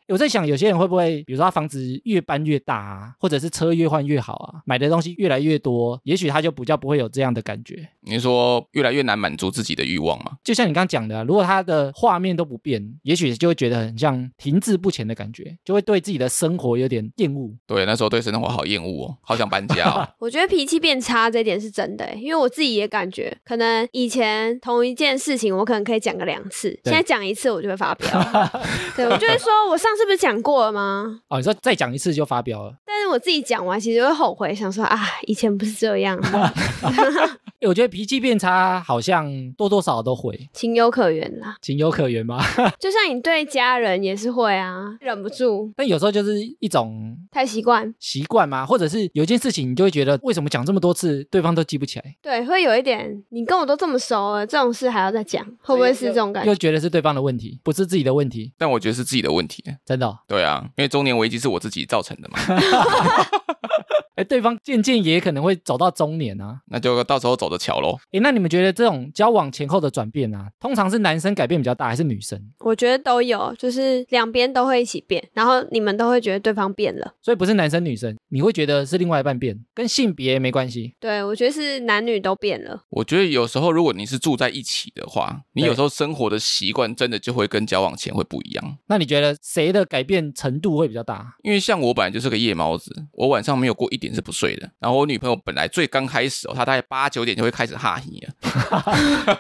S1: 我在想，有些人会不会，比如说他房子越搬越大啊，或者是车越换越好啊，买的东西越来越多，也许他就比较不会有这样的感觉。
S3: 你说越来越难满足自己的欲望嘛？
S1: 就像你刚刚讲的啊，如果他的画面都不变，也许就会觉得很像停滞不前的感觉，就会对自己的生活有点厌恶。
S3: 对，那时候对生活好厌恶哦，好想搬家哦。
S2: 我觉得脾气变差这一点是真的欸、因为我自己也感觉，可能以前同一件事情，我可能可以讲个两次，
S1: 对
S2: 现在讲一次我就会发飙。对，我就会说，我上次不是讲过了吗？
S1: 哦，你说再讲一次就发飙了。
S2: 但是我自己讲完，其实会后悔，想说啊，以前不是这样，啊
S1: 诶我觉得脾气变差好像多多少少都会，
S2: 情有可原啦。
S1: 情有可原吧。
S2: 就像你对家人也是会啊，忍不住，
S1: 但有时候就是一种
S2: 太习惯，
S1: 习惯嘛，或者是有一件事情，你就会觉得为什么讲这么多次，对方都记不起来，
S2: 对，会有一点，你跟我都这么熟了，这种事还要再讲，会不会是这种感觉？
S1: 又觉得是对方的问题，不是自己的问题，
S3: 但我觉得是自己的问题。
S1: 真的、哦。
S3: 对啊，因为中年危机是我自己造成的嘛，
S1: 哎，对方渐渐也可能会走到中年啊。
S3: 那就到时候走着瞧喽。
S1: 哎，那你们觉得这种交往前后的转变啊，通常是男生改变比较大，还是女生？
S2: 我觉得都有，就是两边都会一起变，然后你们都会觉得对方变了。
S1: 所以不是男生女生，你会觉得是另外一半变，跟性别没关系。
S2: 对，我觉得是男女都变了。
S3: 我觉得有时候如果你是住在一起的话，你
S1: 对
S3: 有时候生活的习惯真的就会跟交往前会不一样。
S1: 那你觉得谁的改变程度会比较大？
S3: 因为像我本来就是个夜猫子，我晚上没有过一点是不睡的。然后我女朋友本来最刚开始哦，她大概八九点就会开始哈气了，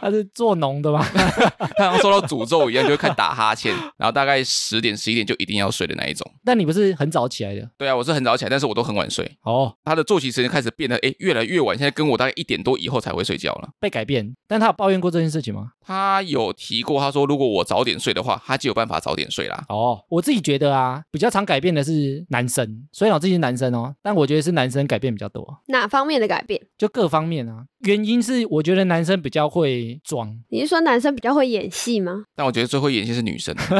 S1: 他是做农的吗？
S3: 她像受到诅咒一样就会开始打哈欠，然后大概十点十一点就一定要睡的那一种。
S1: 但你不是很早起来的？
S3: 对啊，我是很早起来，但是我都很晚睡。
S1: 哦，
S3: 她的作息时间开始变得诶越来越晚，现在跟我大概一点多以后才会睡觉了。
S1: 被改变。但他有抱怨过这件事情吗？
S3: 她有提过，她说如果我早点睡的话，她就有办法早点睡啦。
S1: 哦，我自己觉得啊，比较常改变的是男生，虽然我自己是男生哦，但我觉得是男生改变比较多，
S2: 哪方面的改变？
S1: 就各方面啊。原因是我觉得男生比较会装，
S2: 你是说男生比较会演戏吗？
S3: 但我觉得最会演戏是女生，啊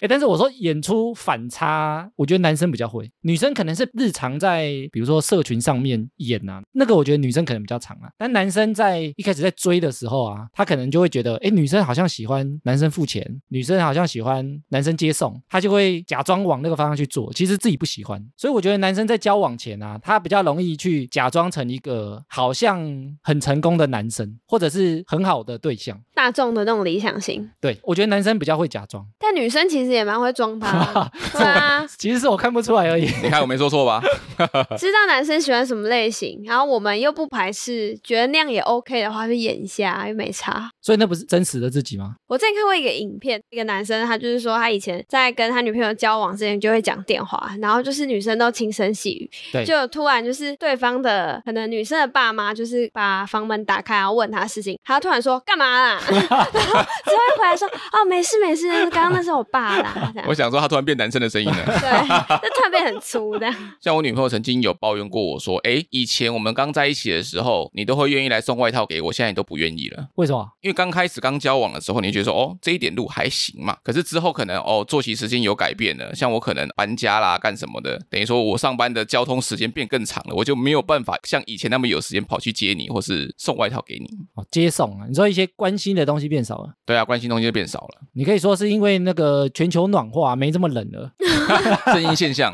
S1: 哎，但是我说演出反差，我觉得男生比较会，女生可能是日常在比如说社群上面演啊，那个我觉得女生可能比较长啊，但男生在一开始在追的时候啊，他可能就会觉得，哎，女生好像喜欢男生付钱，女生好像喜欢男生接送，他就会假装往那个方向去做，其实自己不喜欢，所以我觉得男生在交往前啊，他比较容易去假装成一个好像很成功的男生，或者是很好的对象。
S2: 大众的那种理想型，
S1: 对我觉得男生比较会假装，
S2: 但女生其实也蛮会装他的，对啊，
S1: 其实是我看不出来而已。
S3: 你看我没说错吧？
S2: 知道男生喜欢什么类型，然后我们又不排斥，觉得那样也 OK 的话，就演一下又没差。
S1: 所以那不是真实的自己吗？
S2: 我之前看过一个影片，一个男生他就是说他以前在跟他女朋友交往之前就会讲电话，然后就是女生都轻声细语，
S1: 对
S2: 就突然就是对方的可能女生的爸妈就是把房门打开，然后问他事情，他突然说干嘛啦， 然后只会回来说哦没事没事，刚刚那是我爸啦，这样
S3: 我想说她突然变男生的声音了。
S2: 对，就特别很粗的，
S3: 像我女朋友曾经有抱怨过我说，哎，以前我们刚在一起的时候，你都会愿意来送外套给我，现在你都不愿意了。
S1: 为什么？
S3: 因为刚开始刚交往的时候，你就觉得说，哦，这一点路还行嘛。可是之后可能哦，作息时间有改变了，像我可能搬家啦，干什么的，等于说我上班的交通时间变更长了，我就没有办法像以前那么有时间跑去接你，或是送外套给你。
S1: 哦，接送啊，你说一些关心的东西变少了，
S3: 对啊，关心东西就变少了，
S1: 你可以说是因为那个全球暖化没这么冷了。
S3: 声音现象。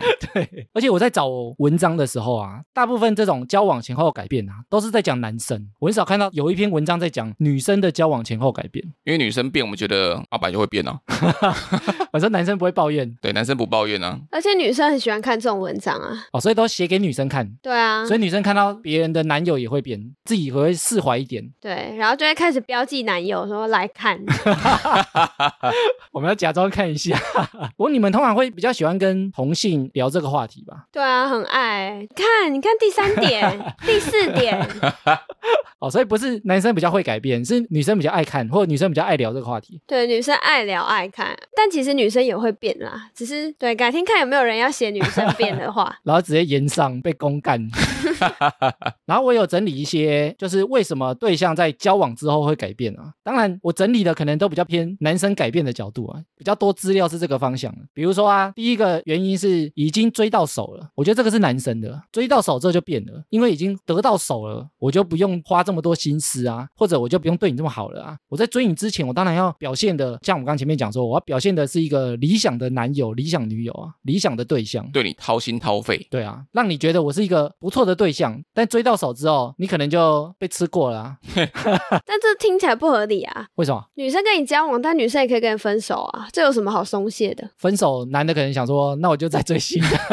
S1: 而且我在找文章的时候啊，大部分这种交往前后改变啊，都是在讲男生，我很少看到有一篇文章在讲女生的交往前后改变。
S3: 因为女生变，我们觉得啊，本来就会变哦、
S1: 反正男生不会抱怨
S3: 对，男生不抱怨啊。
S2: 而且女生很喜欢看这种文章啊，
S1: 哦，所以都写给女生看。
S2: 对啊，
S1: 所以女生看到别人的男友也会变，自己也会释怀一点。
S2: 对，然后就会开始标记男友说来看，
S1: 我们要假装看一下。不过你们通常会比较喜欢跟同性聊这个话题吧？
S2: 对啊，很爱看，你看第三点、第四点，
S1: 哦，所以不是男生比较会改变，是女生比较爱看，或者女生比较爱聊这个话题。，
S2: 对，女生爱聊爱看，但其实女生也会变啦，只是对改天看有没有人要写女生变的话
S1: 然后直接延上被公干。然后我有整理一些，就是为什么对象在交往之后会改变啊？当然，我整理的可能都比较偏男生改变的角度啊，比较多资料是这个方向的。比如说啊，第一个原因是已经追到手了，我觉得这个是男生的，追到手这就变了，因为已经得到手了，我就不用花这么多心思啊，或者我就不用对你这么好了啊。我在追你之前，我当然要表现的，像我刚前面讲说，我要表现的是一个理想的男友、理想女友啊、理想的对象。
S3: 对你掏心掏肺，
S1: 对啊，让你觉得我是一个不错的对象，但追到手之后，你可能就被吃过了、啊。
S2: 但这听起来不合理啊。
S1: 为什么？
S2: 女生跟你交往，但女生也可以跟你分手啊，这有什么好松懈的？
S1: 分手男的可能想说，那我就再追新的。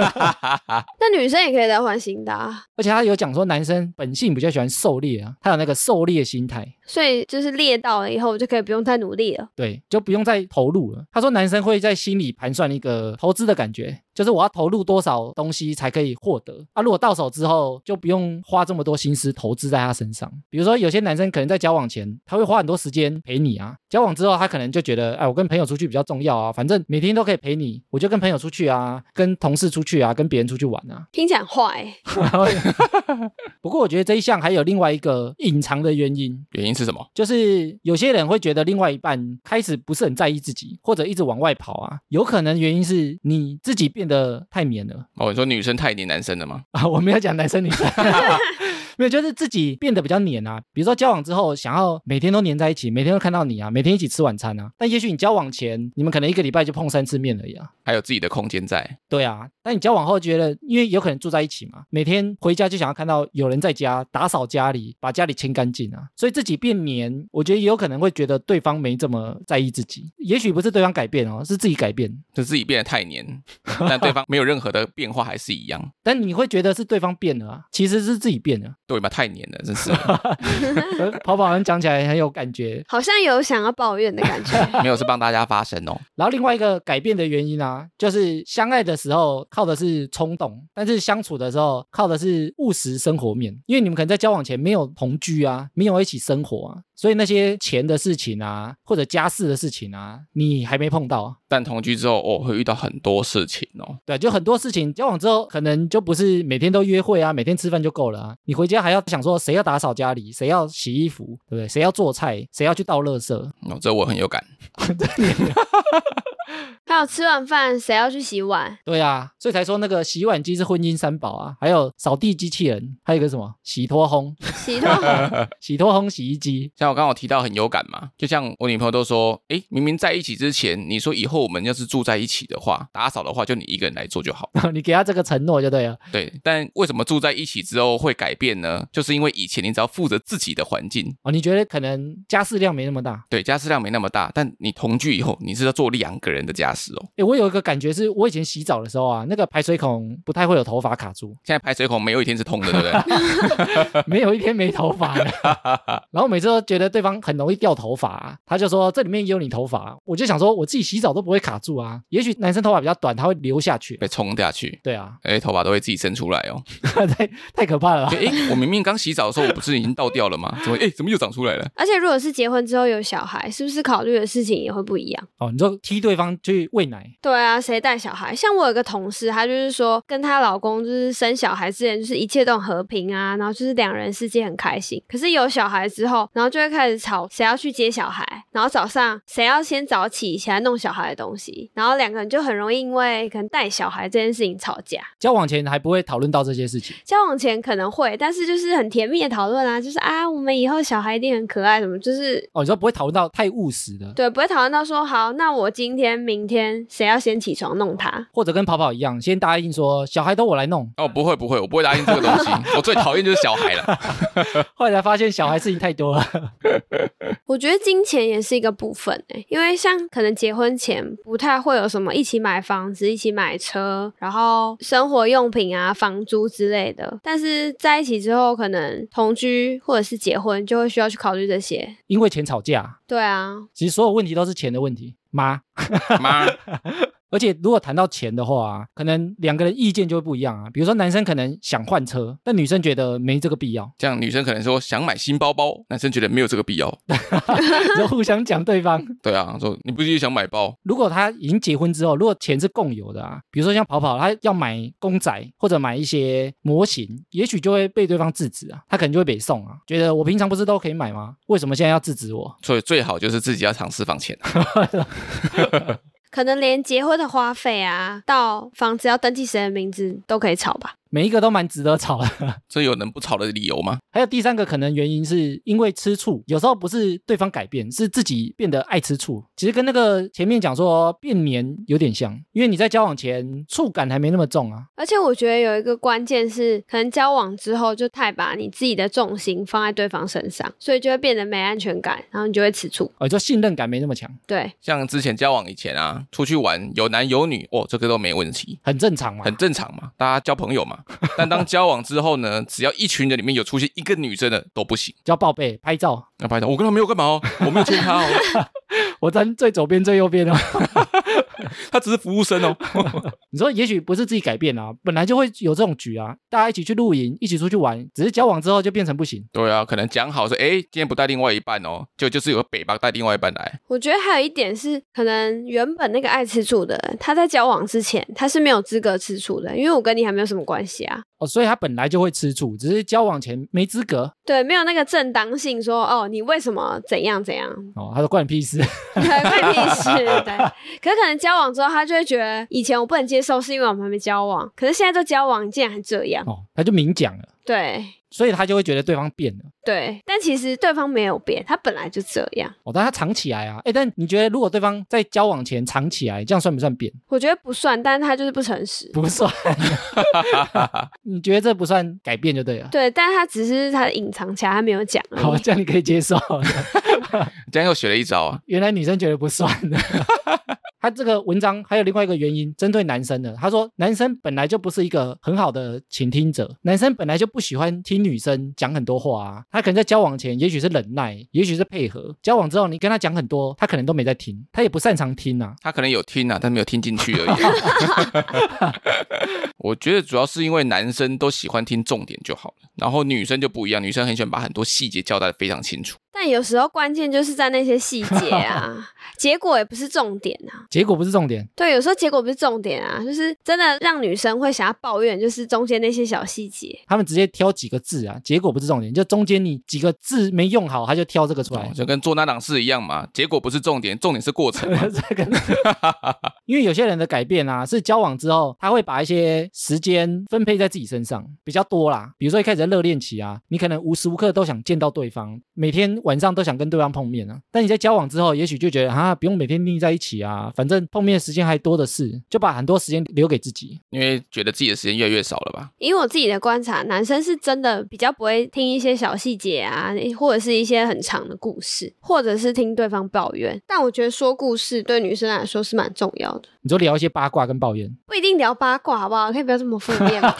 S2: 那女生也可以再换新的啊。
S1: 而且他有讲说，男生本性比较喜欢狩猎啊，他有那个狩猎心态，
S2: 所以就是猎到了以后，我就可以不用再努力了。
S1: 对，就不用再投入了。他说，男生会在心里盘算一个投资的感觉，就是我要投入多少东西才可以获得啊。如果到手之后，就不用花这么多心思投资在他身上。比如说，有些男生可能在交往前，他会花很多时间陪你啊，交往之后，他可能就觉得，哎，我跟朋友出去比较重要啊，反正每天都可以陪你，我就跟朋友出去啊，跟同事出去啊，跟别人出去玩啊。
S2: 听起来很坏欸、
S1: 不过我觉得这一项还有另外一个隐藏的原因，
S3: 原因是什么？
S1: 就是有些人会觉得另外一半开始不是很在意自己，或者一直往外跑啊，有可能原因是你自己变得太黏了
S3: 哦，你说女生太黏男生了吗？
S1: 啊。我没有讲男生女生，没有，就是自己变得比较黏啊。比如说交往之后，想要每天都黏在一起，每天都看到你啊，每天一起吃晚餐啊。但也许你交往前，你们可能一个礼拜就碰三次面而已啊。
S3: 还有自己的空间在。
S1: 对啊，但你交往后觉得，因为有可能住在一起嘛，每天回家就想要看到有人在家打扫家里，把家里清干净啊，所以自己变黏，我觉得也有可能会觉得对方没这么在意自己，也许不是对方改变哦，是自己改变，
S3: 就自己变得太黏，但对方没有任何的变化，还是一样，
S1: 但你会觉得是对方变了啊，其实是自己变了。
S3: 对吧？太黏了，真是
S1: 呃跑跑人讲起来很有感觉，
S2: 好像有想要抱怨的感 觉。
S3: 没有是帮大家发声哦。
S1: 然后另外一个改变的原因啊，就是相爱的时候靠的是冲动，但是相处的时候靠的是务实生活面。因为你们可能在交往前没有同居啊，没有一起生活啊，所以那些钱的事情啊，或者家事的事情啊，你还没碰到啊。
S3: 但同居之后，哦，会遇到很多事情哦。
S1: 对，就很多事情交往之后，可能就不是每天都约会啊，每天吃饭就够了啊。你回家还要想说谁要打扫家里，谁要洗衣服，对不对？谁要做菜，谁要去倒垃圾，
S3: 哦，这我很有感。
S2: 还有吃完饭谁要去洗碗？
S1: 对啊，所以才说那个洗碗机是婚姻三宝啊，还有扫地机器人，还有一个什么洗脱烘、
S2: 洗头
S1: 洗脱烘洗衣机。
S3: 像我刚好提到很有感嘛，就像我女朋友都说，诶，明明在一起之前，你说以后我们要是住在一起的话，打扫的话就你一个人来做就好。
S1: 你给他这个承诺就对了，
S3: 对，但为什么住在一起之后会改变呢？就是因为以前你只要负责自己的环境，
S1: 哦，你觉得可能家事量没那么大？
S3: 对，家事量没那么大，但你同居以后，你是要做两个人的家事哦。
S1: 诶，我有一个感觉是，我以前洗澡的时候啊，那个排水孔不太会有头发卡住，
S3: 现在排水孔没有一天是通的，对不对？
S1: 没有一天没头发的。 然后每次都觉得对方很容易掉头发、啊，他就说这里面也有你头发啊、我就想说我自己洗澡都不会卡住啊，也许男生头发比较短，他会流下去。
S3: 被冲下去，
S1: 对啊，
S3: 哎，头发都会自己伸出来哦。
S1: 太太可怕了吧
S3: 就？哎，我明明刚洗澡的时候，我不是已经倒掉了吗？怎么哎，怎么又长出来了？
S2: 而且如果是结婚之后有小孩，是不是考虑的事情也会不一样？
S1: 哦，你说踢对方去喂奶，
S2: 对啊，谁带小孩？像我有个同事，她就是说跟她老公就是生小孩之前就是一切都很和平啊，然后就是两人世界很开心。可是有小孩之后，然后就会开始吵谁要去接小孩，然后早上谁要先早起起来弄小孩的东西，然后两个人就很容易因为可能带小孩这件事情吵架。
S1: 交往前还不会讨论到这些事情。
S2: 交往前可能会，但是就是很甜蜜的讨论啊，就是啊，我们以后小孩一定很可爱，什么就是
S1: 哦，你说不会讨论到太务实的，
S2: 对，不会讨论到说好，那我今天、明天谁要先起床弄他？
S1: 或者跟跑跑一样，先答应说小孩都我来弄，
S3: 哦，不会不会，我不会答应这个东西。我最讨厌就是小孩了。
S1: 后来才发现小孩事情太多了。
S2: 我觉得金钱也是一个部分诶、因为像可能结婚前不太会有什么一起买房子、一起买车，然后生活用品啊、房租之类的，但是在一起之后，可能同居或者是结婚就会需要去考虑这些。
S1: 因为钱吵架，
S2: 对啊，
S1: 其实所有问题都是钱的问题。妈，
S3: 妈，
S1: 而且如果谈到钱的话、啊，可能两个人意见就会不一样啊。比如说男生可能想换车，但女生觉得没这个必要，
S3: 这样女生可能说想买新包包，男生觉得没有这个必要。
S1: 就互相讲对方。
S3: 对啊，说你不是也想买包？
S1: 如果他已经结婚之后，如果钱是共有的啊，比如说像跑跑，他要买公仔或者买一些模型，也许就会被对方制止啊，他可能就会被送啊，觉得我平常不是都可以买吗？为什么现在要制止我？
S3: 所以最好就是自己要尝试房钱。啊
S2: 可能连结婚的花费啊，到房子要登记谁的名字都可以吵吧。
S1: 每一个都蛮值得吵的。
S3: 这有能不吵的理由吗？
S1: 还有第三个可能原因是因为吃醋，有时候不是对方改变，是自己变得爱吃醋。其实跟那个前面讲说变黏有点像，因为你在交往前触感还没那么重啊。
S2: 而且我觉得有一个关键是，可能交往之后就太把你自己的重心放在对方身上，所以就会变得没安全感，然后你就会吃醋。
S1: 哦，就信任感没那么强，
S2: 对，
S3: 像之前交往以前啊，出去玩有男有女，哦，这个都没问题，
S1: 很正常嘛。
S3: 很正常嘛，大家交朋友嘛。但当交往之后呢，只要一群人里面有出现一个女生的都不行。
S1: 就要报备拍照，
S3: 那拍照，我跟她没有干嘛哦，我没有欠她哦，
S1: 我站最左边最右边哦。
S3: 她只是服务生哦。
S1: 你说也许不是自己改变啊，本来就会有这种局啊，大家一起去露营，一起出去玩，只是交往之后就变成不行。
S3: 对啊，可能讲好说，哎，今天不带另外一半哦，就就是有个北巴带另外一半来，
S2: 我觉得还有一点是，可能原本那个爱吃醋的人，他在交往之前他是没有资格吃醋的，因为我跟你还没有什么关系啊。
S1: 哦，所以他本来就会吃醋，只是交往前没资格
S2: 对，没有那个正当性说，哦，你为什么怎样怎样，
S1: 哦。他说关你屁事，
S2: 对，关你事。对，可是可能交往之后，他就会觉得以前我不能接受，是因为我们还没交往，可是现在都交往，你竟然还这样，
S1: 哦，他就明讲了。
S2: 对
S1: 所以他就会觉得对方变了。
S2: 对，但其实对方没有变，他本来就这样。
S1: 哦，但他藏起来啊，哎，但你觉得如果对方在交往前藏起来，这样算不算变？
S2: 我觉得不算，但是他就是不诚实。
S1: 不算， 你觉得这不算改变就对 了。
S2: 对，但他只是他隐藏起来，他没有讲而已。
S1: 好，这样你可以接受。
S3: 这样又学了一招啊！
S1: 原来女生觉得不算的。他这个文章还有另外一个原因，针对男生的。他说，男生本来就不是一个很好的倾听者，男生本来就不喜欢听女生讲很多话啊。他可能在交往前，也许是忍耐，也许是配合；交往之后，你跟他讲很多，他可能都没在听，他也不擅长听啊。
S3: 他可能有听啊，但没有听进去而已。我觉得主要是因为男生都喜欢听重点就好了，然后女生就不一样，女生很喜欢把很多细节交代的非常清楚。
S2: 但有时候关键就是在那些细节 啊，结果也不是重点啊。
S1: 结果不是重点，
S2: 对，有时候结果不是重点啊，就是真的让女生会想要抱怨，就是中间那些小细节。
S1: 他们直接挑几个字啊，结果不是重点，就中间你几个字没用好，他就挑这个出来
S3: 哦。就跟做那档事一样嘛，结果不是重点，重点是过程嘛。
S1: 这个，因为有些人的改变啊，是交往之后，他会把一些时间分配在自己身上比较多啦。比如说一开始在热恋期啊，你可能无时无刻都想见到对方，每天晚上都想跟对方碰面啊。但你在交往之后，也许就觉得啊，不用每天腻在一起啊，反正碰面的时间还多的是，就把很多时间留给自己。
S3: 因为觉得自己的时间越来越少了吧？
S2: 以我自己的观察，男生是真的比较不会听一些小细节啊，或者是一些很长的故事，或者是听对方抱怨。但我觉得说故事对女生来说是蛮重要的，
S1: 你就聊一些八卦跟抱怨，
S2: 不一定聊八卦好不好？可以不要这么负 面吗？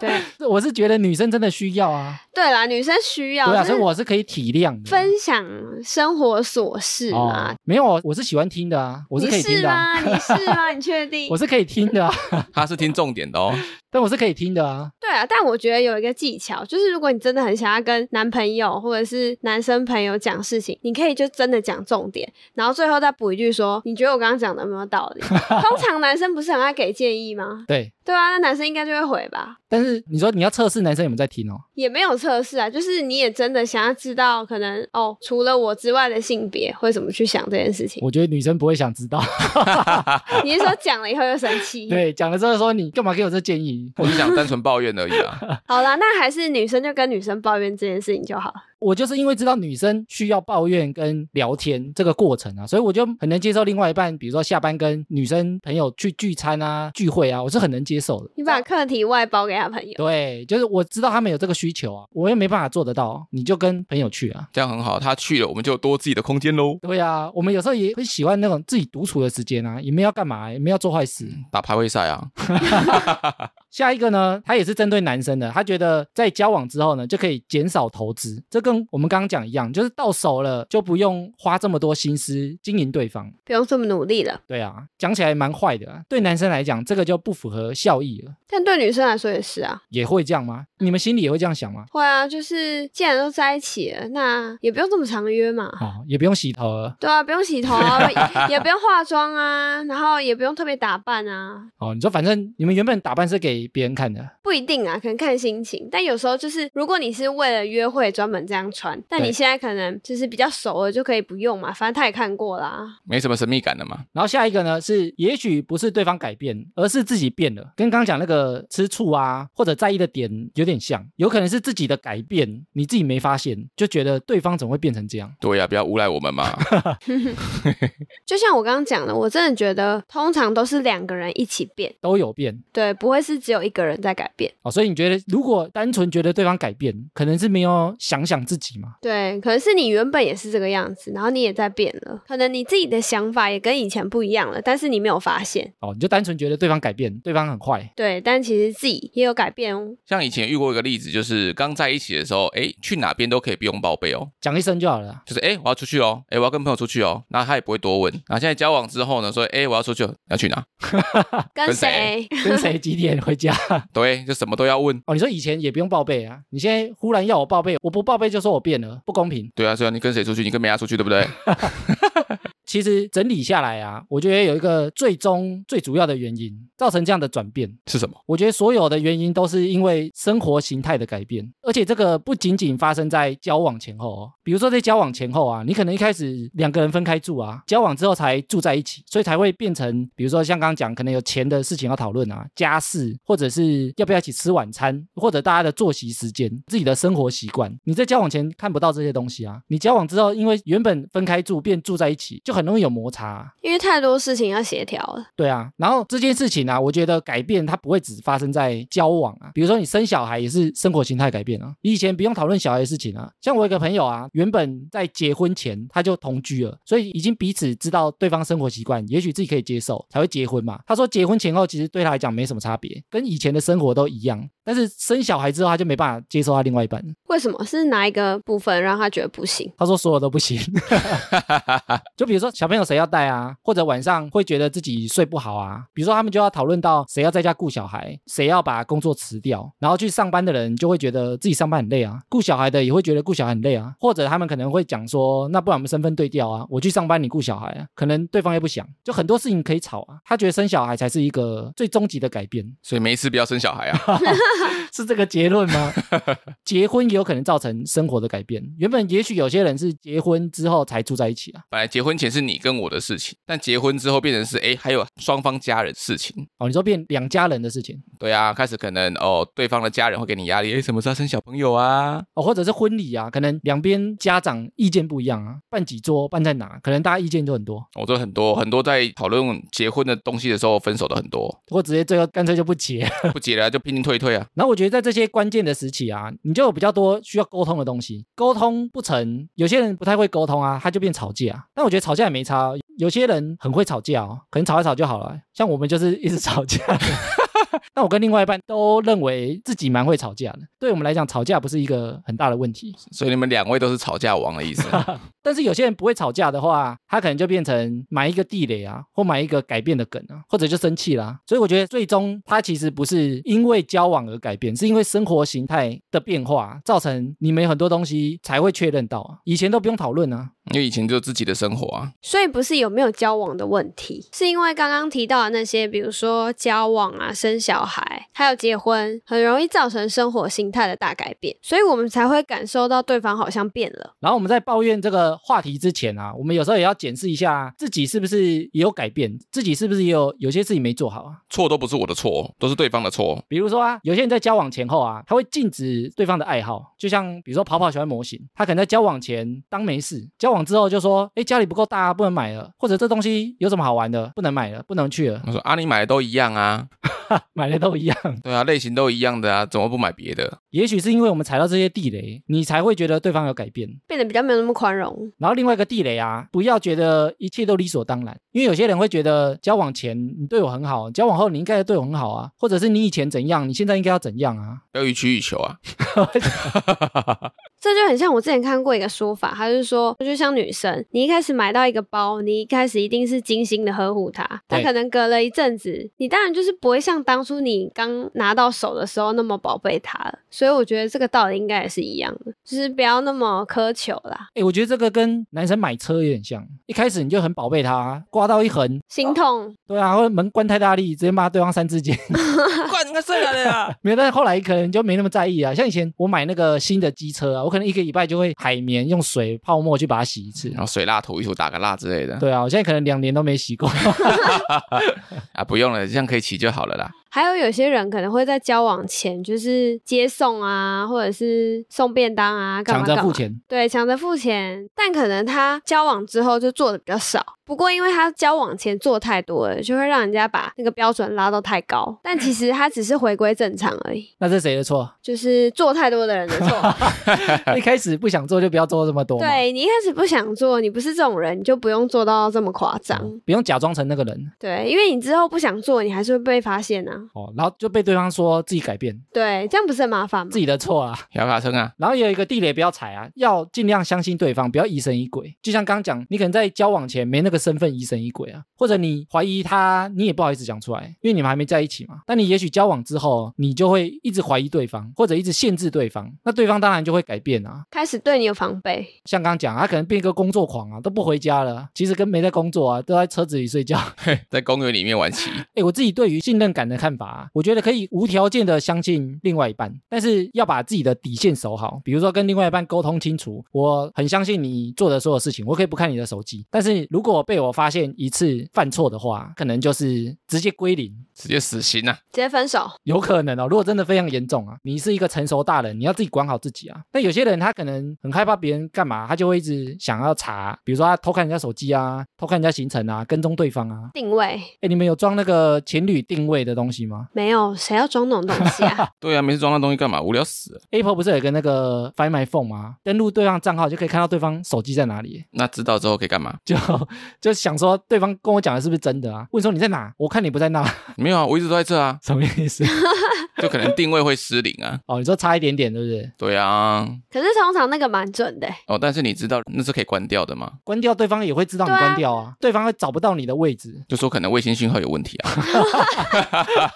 S2: 对
S1: 我是觉得女生真的需要啊，
S2: 对啦，女生需要，
S1: 对啊，
S2: 就
S1: 所以
S2: 是
S1: 我是可以体谅的。
S2: 分享生活琐事嘛
S1: 哦。，没有，我是喜欢听的啊，我是
S2: 你
S1: 可以听
S2: 是
S1: 的、啊，
S2: 吗？你是吗？ 你确定？
S1: 我是可以听的啊，
S3: 他是听重点的哦。
S1: 但我是可以听的啊。
S2: 对啊，但我觉得有一个技巧，就是如果你真的很想要跟男朋友或者是男生朋友讲事情，你可以就真的讲重点，然后最后再补一句说，你觉得我刚刚讲的有没有道 理？通常男生不是很爱给建议吗？
S1: 对，
S2: 对啊，那男生应该就会回吧。
S1: 但是你说你要测试男生有没有在听哦，
S2: 也没有测试啊，就是你也真的想要知道，可能哦，除了我之外的性别会怎么去想这件事情。
S1: 我觉得女生不会想知道。
S2: 你是说讲了以后又生气？
S1: 对，讲了之后说你干嘛给我这建议？
S3: 我是想单纯抱怨而已啊。
S2: 好啦，那还是女生就跟女生抱怨这件事情就好。
S1: 我就是因为知道女生需要抱怨跟聊天这个过程啊，所以我就很能接受另外一半，比如说下班跟女生朋友去聚餐啊、聚会啊，我是很能接受的。
S2: 你把课题外包给他朋友，
S1: 对，就是我知道他们有这个需求啊，我也没办法做得到，啊你就跟朋友去啊。
S3: 这样很好，他去了，我们就有多自己的空间喽。
S1: 对啊，我们有时候也会喜欢那种自己独处的时间啊，也没有要干嘛，也没有要做坏事。
S3: 打排位赛啊，
S1: 下一个呢，他也是针对男生的，他觉得在交往之后呢，就可以减少投资，这跟我们刚刚讲一样，就是到手了就不用花这么多心思经营对方。
S2: 不用这么努力了。
S1: 对啊，讲起来蛮坏的、啊，对男生来讲，这个就不符合效益了。
S2: 但对女生来说也是啊，
S1: 也会这样吗？你们心里也会这样想吗？
S2: 会啊，就是既然都在一起了，那也不用这么常约嘛。
S1: 哦，也不用洗头了，
S2: 对啊，不用洗头啊，也也不用化妆啊，然后也不用特别打扮啊，
S1: 哦，你说反正你们原本打扮是给别人看的，
S2: 不一定啊，可能看心情。但有时候就是，如果你是为了约会专门这样穿，但
S1: 对
S2: 你现在可能就是比较熟了，就可以不用嘛，反正他也看过啦。
S3: 没什么神秘感的嘛。
S1: 然后下一个呢是，也许不是对方改变，而是自己变了，跟刚刚讲那个吃醋啊或者在意的点有点像，有可能是自己的改变，你自己没发现，就觉得对方怎么会变成这样？
S3: 对呀、啊不要诬赖我们 嘛。
S2: 就像我刚刚讲的，我真的觉得通常都是两个人一起变，
S1: 都有变
S2: 对，不会是只有一个人在改变。
S1: 哦，所以你觉得如果单纯觉得对方改变，可能是没有想想自己嘛？
S2: 对，可能是你原本也是这个样子，然后你也在变了，可能你自己的想法也跟以前不一样了，但是你没有发现。
S1: 哦，你就单纯觉得对方改变，对方很坏，
S2: 对，但其实自己也有改变哦。
S3: 像以前遇过一个例子，就是刚在一起的时候，哎，去哪边都可以不用报备哦，
S1: 讲一声就好了啊。
S3: 就是哎我要出去哦，哎我要跟朋友出去哦，那他也不会多问。然后现在交往之后呢，说哎我要出去哦，要去哪？
S2: 跟
S3: 跟
S2: 谁
S3: 谁？
S1: 跟谁几点回家？
S3: 对，就什么都要问。
S1: 哦，你说以前也不用报备啊，你现在忽然要我报备，我不报备就说我变了，不公平。
S3: 啊对啊，虽然你跟谁出去，你跟梅亚出去，对不对？
S1: 其实整理下来啊，我觉得有一个最终最主要的原因，造成这样的转变。
S3: 是什么？
S1: 我觉得所有的原因都是因为生活形态的改变，而且这个不仅仅发生在交往前后哦。比如说在交往前后啊，你可能一开始两个人分开住啊，交往之后才住在一起，所以才会变成，比如说像刚刚讲，可能有钱的事情要讨论啊，家事，或者是要不要一起吃晚餐，或者大家的作息时间、自己的生活习惯。你在交往前看不到这些东西啊，你交往之后，因为原本分开住变住在一起，就很容易有摩擦啊、
S2: 因为太多事情要协调了。
S1: 对啊，然后这件事情啊，我觉得改变它不会只发生在交往啊，比如说你生小孩也是生活形态改变啊，你以前不用讨论小孩的事情啊。像我有一个朋友啊，原本在结婚前他就同居了，所以已经彼此知道对方生活习惯，也许自己可以接受才会结婚嘛。他说结婚前后其实对他来讲没什么差别，跟以前的生活都一样，但是生小孩之后他就没办法接受他另外一半，
S2: 为什么是哪一个部分让他觉得不行？
S1: 他说所有都不行。 就比如说小朋友谁要带啊，或者晚上会觉得自己睡不好啊，比如说他们就要讨论到谁要在家顾小孩，谁要把工作辞掉，然后去上班的人就会觉得自己上班很累啊，顾小孩的也会觉得顾小孩很累啊，或者他们可能会讲说，那不然我们身份对调啊，我去上班你顾小孩啊，可能对方也不想，就很多事情可以吵啊，他觉得生小孩才是一个最终极的改变，
S3: 所以没事不要生小孩 啊。
S1: 是这个结论吗？结婚也有可能造成生活的改变，原本也许有些人是结婚之后才住在一起啊，
S3: 本来结婚前是你跟我的事情，但结婚之后变成是哎，还有双方家人的事情。
S1: 哦，你说变两家人的事情。
S3: 对啊，开始可能哦，对方的家人会给你压力，哎，什么时候要生小朋友啊？
S1: 哦，或者是婚礼啊，可能两边家长意见不一样啊，办几桌，办在哪，可能大家意见就很多，
S3: 我都哦很多很多在讨论结婚的东西的时候，分手的很多，
S1: 或直接最后干脆就不结。
S3: 不结了就拼命退退啊。
S1: 然后我觉得在这些关键的时期啊，你就有比较多需要沟通的东西，沟通不成，有些人不太会沟通啊，他就变吵架、但我觉得吵架也没差哦，有些人很会吵架哦，可能吵一吵就好了。像我们就是一直吵架。 但我跟另外一半都认为自己蛮会吵架的，对我们来讲，吵架不是一个很大的问题。
S3: 所以你们两位都是吵架王的 意思。
S1: 但是有些人不会吵架的话，他可能就变成埋一个地雷啊，或埋一个改变的梗啊，或者就生气啦、所以我觉得最终他其实不是因为交往而改变，是因为生活形态的变化造成你们有很多东西才会确认到啊，以前都不用讨论啊。
S3: 因为以前就自己的生活啊，
S2: 所以不是有没有交往的问题，是因为刚刚提到的那些，比如说交往啊、生小孩，还有结婚，很容易造成生活形态的大改变，所以我们才会感受到对方好像变了。
S1: 然后我们在抱怨这个话题之前啊，我们有时候也要检视一下自己是不是也有改变，自己是不是也有有些事情没做好啊。
S3: 错都不是我的错，都是对方的错。
S1: 比如说啊，有些人在交往前后啊，他会禁止对方的爱好，就像比如说跑跑喜欢模型，他可能在交往前当没事，交往之后就说，哎，家里不够大、啊，不能买了，或者这东西有什么好玩的，不能买了，不能去了，
S3: 他说啊，你买的都一样啊，
S1: 买的都一样。
S3: 对啊，类型都一样的啊，怎么不买别的？
S1: 也许是因为我们踩到这些地雷，你才会觉得对方有改变。
S2: 变得比较没有那么宽容，
S1: 然后另外一个地雷啊，不要觉得一切都理所当然，因为有些人会觉得交往前你对我很好，交往后你应该对我很好啊，或者是你以前怎样，你现在应该要怎样啊。
S3: 不要予取予求 啊。
S2: 这就很像我之前看过一个说法，他就说，就像女生，你一开始买到一个包，你一开始一定是精心的呵护它，但
S1: 对
S2: 可能隔了一阵子，你当然就是不会像当初你刚拿到手的时候那么宝贝它了。所以我觉得这个道理应该也是一样的，就是不要那么苛求啦，
S1: 哎，我觉得这个跟男生买车有点像，一开始你就很宝贝他，刮到一横，
S2: 心痛。
S1: 对啊，或者门关太大力，直接骂对方三字经。
S3: 管你个事啊呀！
S1: 没有，但是后来可能就没那么在意啊。像以前我买那个新的机车啊，我可能一个礼拜就会海绵用水泡沫去把它洗一次
S3: 然。后水蜡涂一涂，打个蜡之类的
S1: 对啊，我现在可能两年都没洗过。
S3: 啊，不用了，这样可以骑就好了啦。
S2: 还有有些人可能会在交往前就是接送啊，或者是送便当啊，干
S1: 抢
S2: 嘛
S1: 着
S2: 干嘛
S1: 付钱，
S2: 对，抢着付钱，但可能他交往之后就做的比较少。不过，因为他交往前做太多了，就会让人家把那个标准拉到太高。但其实他只是回归正常而已，
S1: 那是谁的错？
S2: 就是做太多的人的错。
S1: 一开始不想做就不要做这么多嘛。
S2: 对你一开始不想做，你不是这种人，你就不用做到这么夸张。
S1: 嗯，不用假装成那个人
S2: 对，因为你之后不想做，你还是会被发现啊。
S1: 哦，然后就被对方说自己改变，
S2: 对，这样不是很麻烦吗
S1: 自？己的错啊。
S3: 小卡称啊，
S1: 然后也有一个地雷不要踩啊，要尽量相信对方，不要疑神疑鬼。就像刚刚讲，你可能在交往前没那个身份疑神疑鬼啊，或者你怀疑他，你也不好意思讲出来，因为你们还没在一起嘛。但你也许交往之后，你就会一直怀疑对方，或者一直限制对方，那对方当然就会改变啊。
S2: 开始对你有防备，
S1: 像刚刚讲，他可能变一个工作狂啊，都不回家了啊，其实跟没在工作啊，都在车子里睡觉。
S3: 在公园里面玩棋，
S1: 哎，我自己对于信任感的看法、啊，我觉得可以无条件的相信另外一半，但是要把自己的底线守好。比如说跟另外一半沟通清楚，我很相信你做的所有事情，我可以不看你的手机。但是如果被我发现一次犯错的话，可能就是直接归零，
S3: 直接死刑啊！
S2: 直接分手。
S1: 有可能哦，如果真的非常严重啊，你是一个成熟大人，你要自己管好自己啊。但有些人他可能很害怕别人干嘛，他就会一直想要查，比如说他偷看人家手机啊，偷看人家行程啊，跟踪对方啊。
S2: 定位
S1: 哎，你们有装那个情侣定位的东西吗
S2: 没有，谁要装那种东西 啊？
S3: 对啊，每次装那东西干嘛？无聊死了。
S1: ？Apple 不是有个那个 Find My Phone 吗？登录对方账号就可以看到对方手机在哪里，
S3: 那知道之后可以干嘛？
S1: 就就想说对方跟我讲的是不是真的啊？问说你在哪？我看你不在那，
S3: 没有啊，我一直都在这啊，
S1: 什么意思？
S3: 就可能定位会失灵啊。
S1: 哦，你说差一点点，对不对？
S3: 对啊，
S2: 可是通常那个蛮准的欸，
S3: 哦，但是你知道那是可以关掉的吗？
S1: 关掉对方也会知道你
S2: 对啊
S1: 关掉啊，对方会找不到你的位置。
S3: 就说可能卫星信号有问题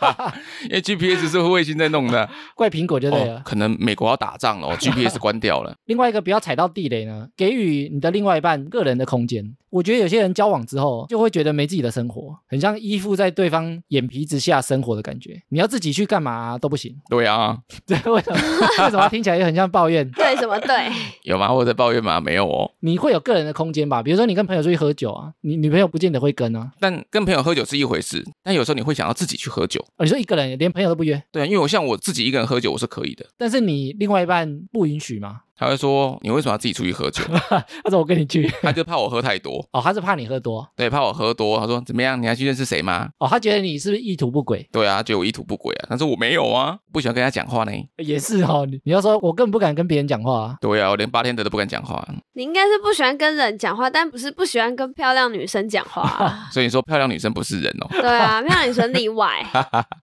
S3: 啊，因为 GPS 是卫星在弄的。
S1: 怪苹果就对啊了。
S3: 哦，可能美国要打仗了、哦、，GPS 关掉了。
S1: 另外一个不要踩到地雷呢，给予你的另外一半个人的空间。我觉得有些人交往之后就会觉得没自己的生活，很像依附在对方眼皮之下生活的感觉。你要自己去干嘛、都不行，
S3: 对啊，
S1: 这为什么？为什么听起来也很像抱怨？
S2: 对什么对？
S3: 有吗？我有在抱怨吗？没有哦。
S1: 你会有个人的空间吧？比如说你跟朋友出去喝酒啊，你女朋友不见得会跟啊。
S3: 但跟朋友喝酒是一回事，但有时候你会想要自己去喝酒。
S1: 哦、你说一个人连朋友都不约，
S3: 对啊，因为我像我自己一个人喝酒，我是可以的。
S1: 但是你另外一半不允许吗？
S3: 他会说你为什么要自己出去喝酒？
S1: 他说我跟你去，
S3: 他就怕我喝太多，
S1: 哦，他是怕你喝多，
S3: 对，怕我喝多。他说怎么样？你还去认识谁吗？
S1: 哦，他觉得你是不是意图不轨？
S3: 对啊，觉得我意图不轨啊。但是我没有啊，不喜欢跟他讲话呢。
S1: 也是哦，你你要说我根本不敢跟别人讲话啊。
S3: 对啊，我连八天的都不敢讲话。
S2: 你应该是不喜欢跟人讲话，但不是不喜欢跟漂亮女生讲话 啊、
S3: 所以你说漂亮女生不是人哦。
S2: 对啊，漂亮女生例外。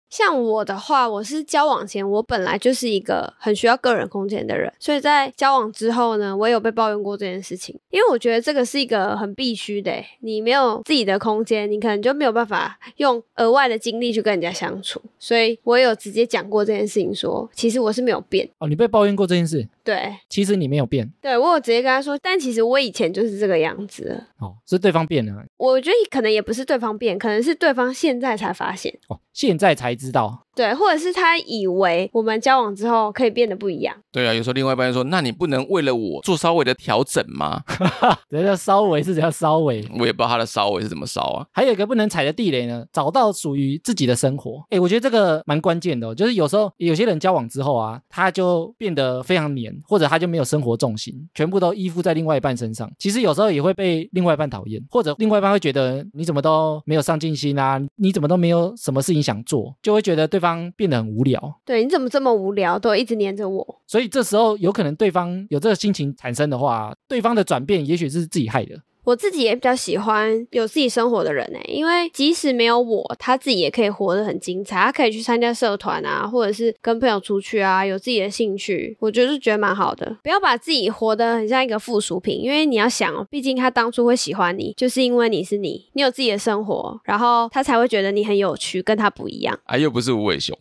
S2: 像我的话，我是交往前，我本来就是一个很需要个人空间的人，所以在交往之后呢，我也有被抱怨过这件事情，因为我觉得这个是一个很必须的欸，你没有自己的空间，你可能就没有办法用额外的精力去跟人家相处，所以我也有直接讲过这件事情说其实我是没有变，
S1: 哦，你被抱怨过这件事，
S2: 对，
S1: 其实你没有变
S2: 对我有直接跟他说，但其实我以前就是这个样子了。
S1: 哦，是对方变了
S2: 我觉得可能也不是对方变，可能是对方现在才发现，
S1: 哦，现在才知道
S2: 对，或者是他以为我们交往之后可以变得不一样，
S3: 对啊，有时候另外一半就说，那你不能为了我做稍微的调整吗？
S1: 人家稍微是只要稍微。
S3: 我也不知道他的稍微是怎么稍啊。
S1: 还有一个不能踩的地雷呢，找到属于自己的生活。哎，我觉得这个蛮关键的、哦，就是有时候有些人交往之后啊，他就变得非常黏，或者他就没有生活重心，全部都依附在另外一半身上。其实有时候也会被另外一半讨厌，或者另外一半会觉得你怎么都没有上进心啊，你怎么都没有什么事情想做，就会觉得对方变得很无聊。
S2: 对，你怎么这么无聊，都一直黏着我，
S1: 所以这时候有可能对方有这个心情产生的话，对方的转变也许是自己害的。
S2: 我自己也比较喜欢有自己生活的人呢、因为即使没有我，他自己也可以活得很精彩，他可以去参加社团啊，或者是跟朋友出去啊，有自己的兴趣，我觉得就觉得蛮好的。不要把自己活得很像一个附属品，因为你要想哦，毕竟他当初会喜欢你，就是因为你是你，你有自己的生活，然后他才会觉得你很有趣，跟他不一样。
S3: 啊，又不是无尾熊，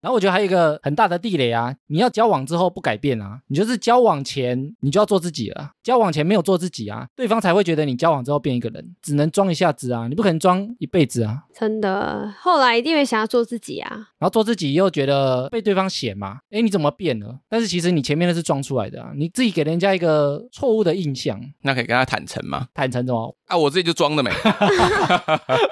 S1: 然后我觉得还有一个很大的地雷啊，你要交往之后不改变啊，你就是交往前你就要做自己了，啊交往前没有做自己啊，对方才会觉得你交往之后变一个人，只能装一下子啊，你不可能装一辈子啊。
S2: 真的，后来一定会想要做自己啊。
S1: 然后做自己又觉得被对方嫌嘛，哎，你怎么变了？但是其实你前面那是装出来的啊，你自己给人家一个错误的印象，
S3: 那可以跟他坦诚吗？
S1: 坦诚什哦么？
S3: 啊，我自己就装的没。。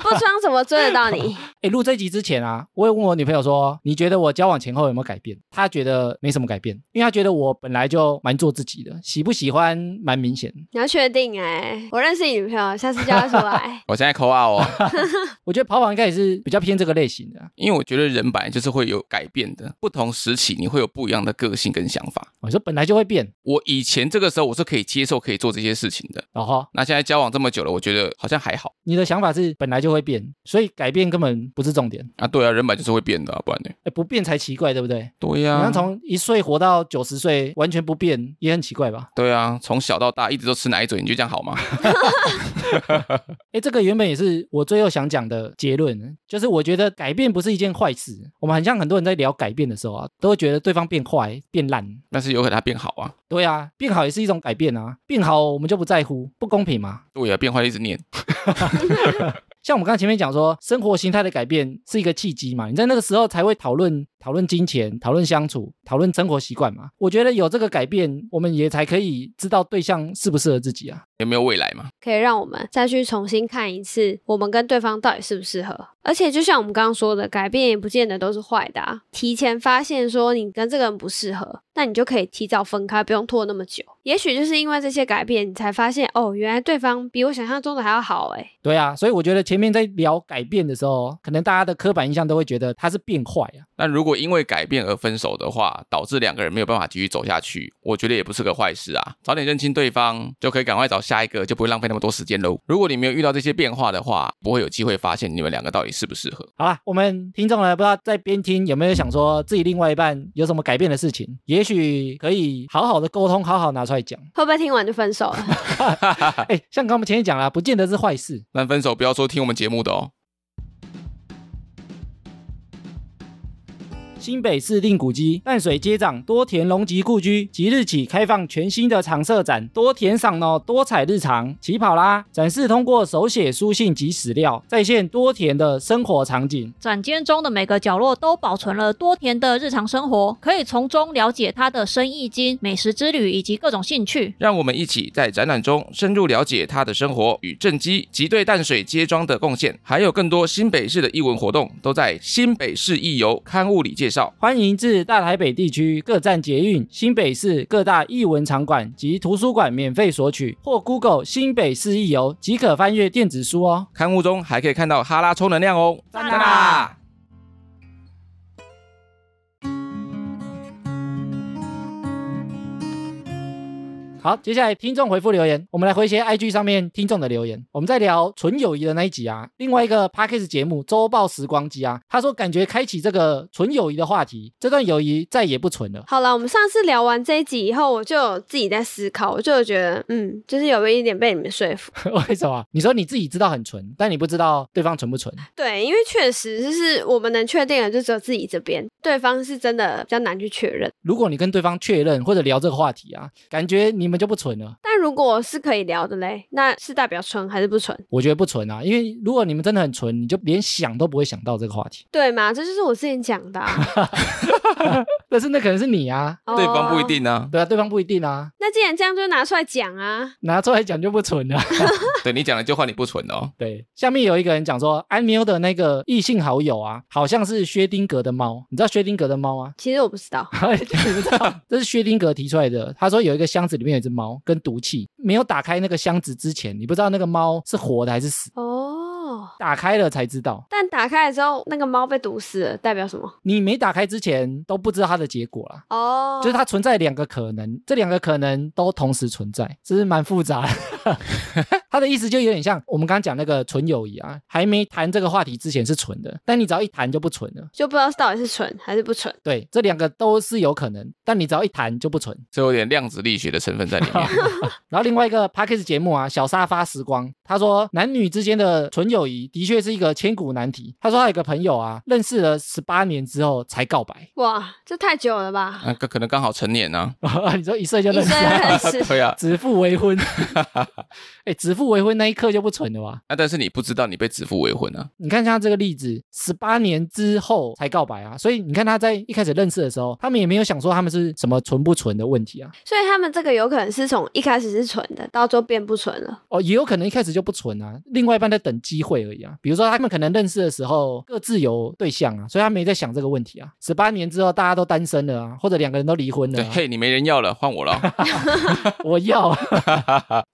S2: 不装怎么追得到你？
S1: 哎，录这集之前啊，我也问我女朋友说，你觉得我交往前后有没有改变？她觉得没什么改变，因为她觉得我本来就蛮做自己的，喜不喜欢蛮明显。
S2: 你要确定哎、我认识你女朋友，下次叫她出来
S3: 我现在扣二哦，
S1: 我觉得跑跑应该也是比较偏这个类型的啊、
S3: 因为我觉得人本本来就是会有改变的，不同时期你会有不一样的个性跟想法。
S1: 我说本来就会变，
S3: 我以前这个时候我是可以接受可以做这些事情的，
S1: 然后
S3: 那现在交往这么久了，我觉得好像还好
S1: 哦你的想法是本来就会变，所以改变根本不是重点，
S3: 啊。对啊，人本来就是会变的、啊，不然呢？
S1: 哎，不变才奇怪，对不对？
S3: 对啊
S1: 你
S3: 呀、
S1: 看从一岁活到九十岁，完全不变也很奇怪吧？
S3: 对啊，从小到大一直都吃奶嘴，你就这样好吗？
S1: 哎，这个原本也是我最后想讲的结论，就是我觉得改变不是一件坏事。我们很像很多人在聊改变的时候啊，都会觉得对方变坏、变烂。
S3: 但是有可能他变好啊。
S1: 对啊，变好也是一种改变啊，变好我们就不在乎，不公平嘛。
S3: 对啊，变坏一直念。
S1: 像我们刚才前面讲说，生活形态的改变是一个契机嘛，你在那个时候才会讨论讨论金钱、讨论相处、讨论生活习惯嘛。我觉得有这个改变，我们也才可以知道对象适不适合自己啊。
S3: 有没有未来嘛？
S2: 可以让我们再去重新看一次，我们跟对方到底适不适合。而且就像我们刚刚说的，改变也不见得都是坏的、啊。提前发现说你跟这个人不适合，那你就可以提早分开，不用拖那么久。也许就是因为这些改变，你才发现哦，原来对方比我想象中的还要好欸诶、
S1: 对啊，所以我觉得前面在聊改变的时候，可能大家的刻板印象都会觉得他是变坏啊。
S3: 那如果因为改变而分手的话，导致两个人没有办法继续走下去，我觉得也不是个坏事啊。早点认清对方，就可以赶快找下一个，就不会浪费那么多时间喽。如果你没有遇到这些变化的话，不会有机会发现你们两个到底适不适合。
S1: 好啦，我们听众呢，不知道在边听有没有想说自己另外一半有什么改变的事情，也许可以好好的沟通，好好拿出来讲。
S2: 会不会听完就分手了？
S1: 哎，像刚刚我们前面讲啦，不见得是坏事。
S3: 但分手不要说听我们节目的哦。
S1: 新北市定古迹淡水街长多田龙吉故居即日起开放全新的常设展“多田赏”哦，多彩日常起跑啦！展示通过手写书信及史料，再现多田的生活场景。
S4: 展间中的每个角落都保存了多田的日常生活，可以从中了解他的生意经、美食之旅以及各种兴趣。
S3: 让我们一起在展览中深入了解他的生活与政绩及对淡水街庄的贡献，还有更多新北市的艺文活动都在《新北市艺游》刊物里介绍。
S1: 欢迎至大台北地区各站捷运、新北市各大艺文场馆及图书馆免费索取，或 Google 新北市艺游即可翻阅电子书哦。
S3: 刊物中还可以看到哈拉充能量哦，
S1: 赞啦！好，接下来听众回复留言，我们来回一些 IG 上面听众的留言。我们在聊纯友谊的那一集啊，另外一个 Podcast 节目《周报时光机》啊，他说感觉开启这个纯友谊的话题，这段友谊再也不纯了。
S2: 好了，我们上次聊完这一集以后，我就有自己在思考，我就有觉得，嗯，就是有一点被你们说服。
S1: 为什么？你说你自己知道很纯，但你不知道对方纯不纯。
S2: 对，因为确实就是我们能确定的就只有自己这边，对方是真的比较难去确认。
S1: 如果你跟对方确认或者聊这个话题啊，感觉你们就不纯了。
S2: 但如果是可以聊的嘞，那是代表纯还是不纯？
S1: 我觉得不纯啊，因为如果你们真的很纯，你就连想都不会想到这个话题。
S2: 对嘛？这就是我之前讲的、啊，
S1: 但是那可能是你啊，
S3: 对方不一
S2: 哦。
S3: 定啊，
S1: 对啊，对方不一定啊，
S2: 那既然这样，就拿出来讲啊。
S1: 拿出来讲就不纯了。
S3: 对你讲了就换你不蠢哦。
S1: 对，下面有一个人讲说，安缪的那个异性好友啊，好像是薛丁格的猫，你知道薛丁格的猫 啊？
S2: 其实我不知道，
S1: 你不知道，这是薛丁格提出来的。他说有一个箱子里面有一只猫跟毒气，没有打开那个箱子之前，你不知道那个猫是活的还是死，
S2: 哦，
S1: 打开了才知道。
S2: 但打开了之后，那个猫被毒死了，代表什么？
S1: 你没打开之前都不知道它的结果啦。
S2: 哦，
S1: 就是它存在两个可能，这两个可能都同时存在，这是蛮复杂的。 他的意思就有点像我们刚刚讲那个纯友谊啊，还没谈这个话题之前是纯的，但你只要一谈就不纯了。
S2: 就不知道到底是纯还是不纯。
S1: 对，这两个都是有可能，但你只要一谈就不纯。
S3: 这有点量子力学的成分在里 面。
S1: 然后另外一个 p a c k a g e 节目啊，小沙发时光，他说男女之间的纯友谊的确是一个千古难题。他说他有个朋友啊，认识了十八年之后才告白，
S2: 哇，这太久了 吧？
S3: 那、啊、可能刚好成年呢、
S1: 你说一岁就
S2: 一
S1: 认识
S2: 生
S1: 啊，
S2: 认
S3: 啊。，
S2: 识
S3: 对啊，
S1: 指腹为婚， 哎，指腹为婚那一刻就不纯了吧？
S3: 啊，但是你不知道你被指腹为婚啊。
S1: 你看像这个例子，十八年之后才告白啊，所以你看他在一开始认识的时候，他们也没有想说他们是什么纯不纯的问题啊，
S2: 所以他们这个有可能是从一开始是纯的，到最后变不纯了。
S1: 哦，也有可能一开始就不纯啊，另外一半在等机会而已啊。比如说他们可能认识的时候各自有对象啊，所以他没在想这个问题啊。十八年之后大家都单身了啊，或者两个人都离婚了
S3: 对，
S1: 啊、
S3: 嘿，你没人要了，换我了。
S1: 我要，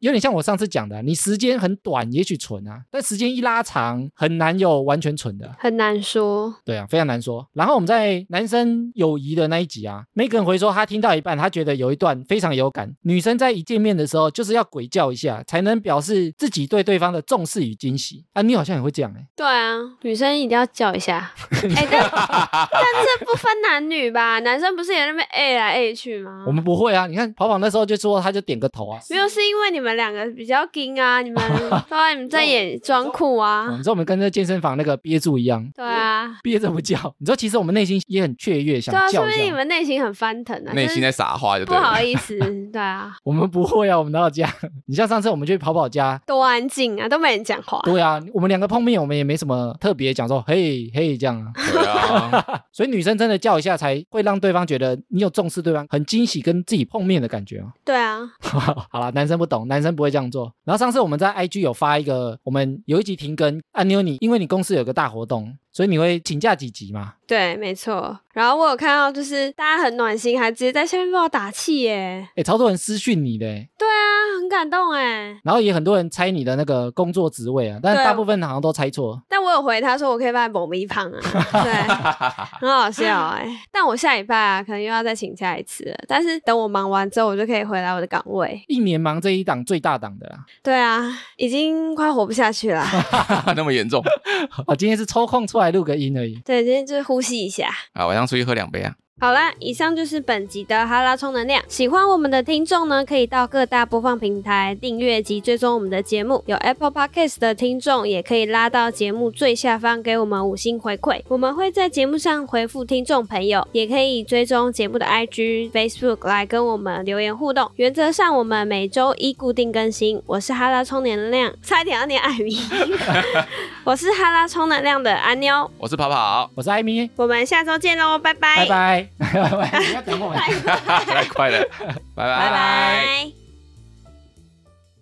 S1: 有点像我上次讲的啊，你时间很短，也许存啊，但时间一拉长，很难有完全存的啊。
S2: 很难说。
S1: 对啊，非常难说。然后我们在男生友谊的那一集啊，每个人回说他听到一半，他觉得有一段非常有感。女生在一见面的时候，就是要鬼叫一下，才能表示自己对对方的重视与惊喜啊。你好像也会这样哎、
S2: 对啊，女生一定要叫一下。哎、但 但这不分男女吧？男生不是也在那边 A 来 A 去吗？
S1: 我们不会啊。你看跑跑那时候就说他就点个头啊。
S2: 没有，是因为你们两个比较硬啊，你们对啊，你们在演装酷
S1: 哦
S2: 啊
S1: 你， 知道我们跟那健身房那个憋住一样，
S2: 对啊，
S1: 憋着不叫。你知道其实我们内心也很雀跃，想
S2: 对啊，说
S1: 叫
S2: 不
S1: 一
S2: 定你
S1: 下。
S2: 们内心很翻腾啊，
S3: 内
S2: 就是
S3: 心在撒花就
S2: 不
S3: 对了
S2: 好。意思，对啊，
S1: 我们不会啊，我们哪有这样？ 你像上次我们去跑跑家，
S2: 多安静啊，都没人讲话。
S1: 对啊，我们两个碰面，我们也没什么特别讲说嘿嘿这样啊。
S3: 对啊，
S1: 所以女生真的叫一下，才会让对方觉得你有重视对方，很惊喜跟自己碰面的感觉啊。
S2: 对啊，
S1: 好啦，男生不懂，男生不会这样做。然后上次我们在 IG 有发一个，我们有一集停更，按妞你，因为你公司有个大活动，所以你会请假几集嘛？
S2: 对，没错。然后我有看到，就是大家很暖心，还直接在下面帮我打气耶，
S1: 诶，超多人私讯你的、欸，
S2: 对啊，很感动哎。
S1: 然后也很多人猜你的那个工作职位啊，但
S2: 对
S1: 是
S2: 啊
S1: 大部分好像都猜错。
S2: 但我有回他说我可以办某咪胖啊，对，很好笑哎、但我下礼拜啊，可能又要再请假一次了。但是等我忙完之后，我就可以回来我的岗位。
S1: 一年忙这一档最大档的啦。
S2: 对啊，已经快活不下去了。啊
S3: 那么严重
S1: 我今天是抽空出来录个音而已。
S2: 对，今天就是呼吸一下。
S3: 啊！晚上出去喝两杯啊！
S2: 好啦，以上就是本集的哈拉充能量。喜欢我们的听众呢，可以到各大播放平台订阅及追踪我们的节目。有 Apple Podcast 的听众也可以拉到节目最下方给我们五星回馈，我们会在节目上回复听众朋友。也可以追踪节目的 IG、Facebook 来跟我们留言互动。原则上我们每周一固定更新。我是哈拉充能量，差一点要念艾 米，我是哈拉充能量的安妞。
S3: 我是跑跑，
S1: 我是艾米，
S2: 我们下周 见喽，拜拜，
S1: 拜拜。拜拜，你要等我。
S3: 太快了，拜
S2: 拜
S3: 拜
S2: 拜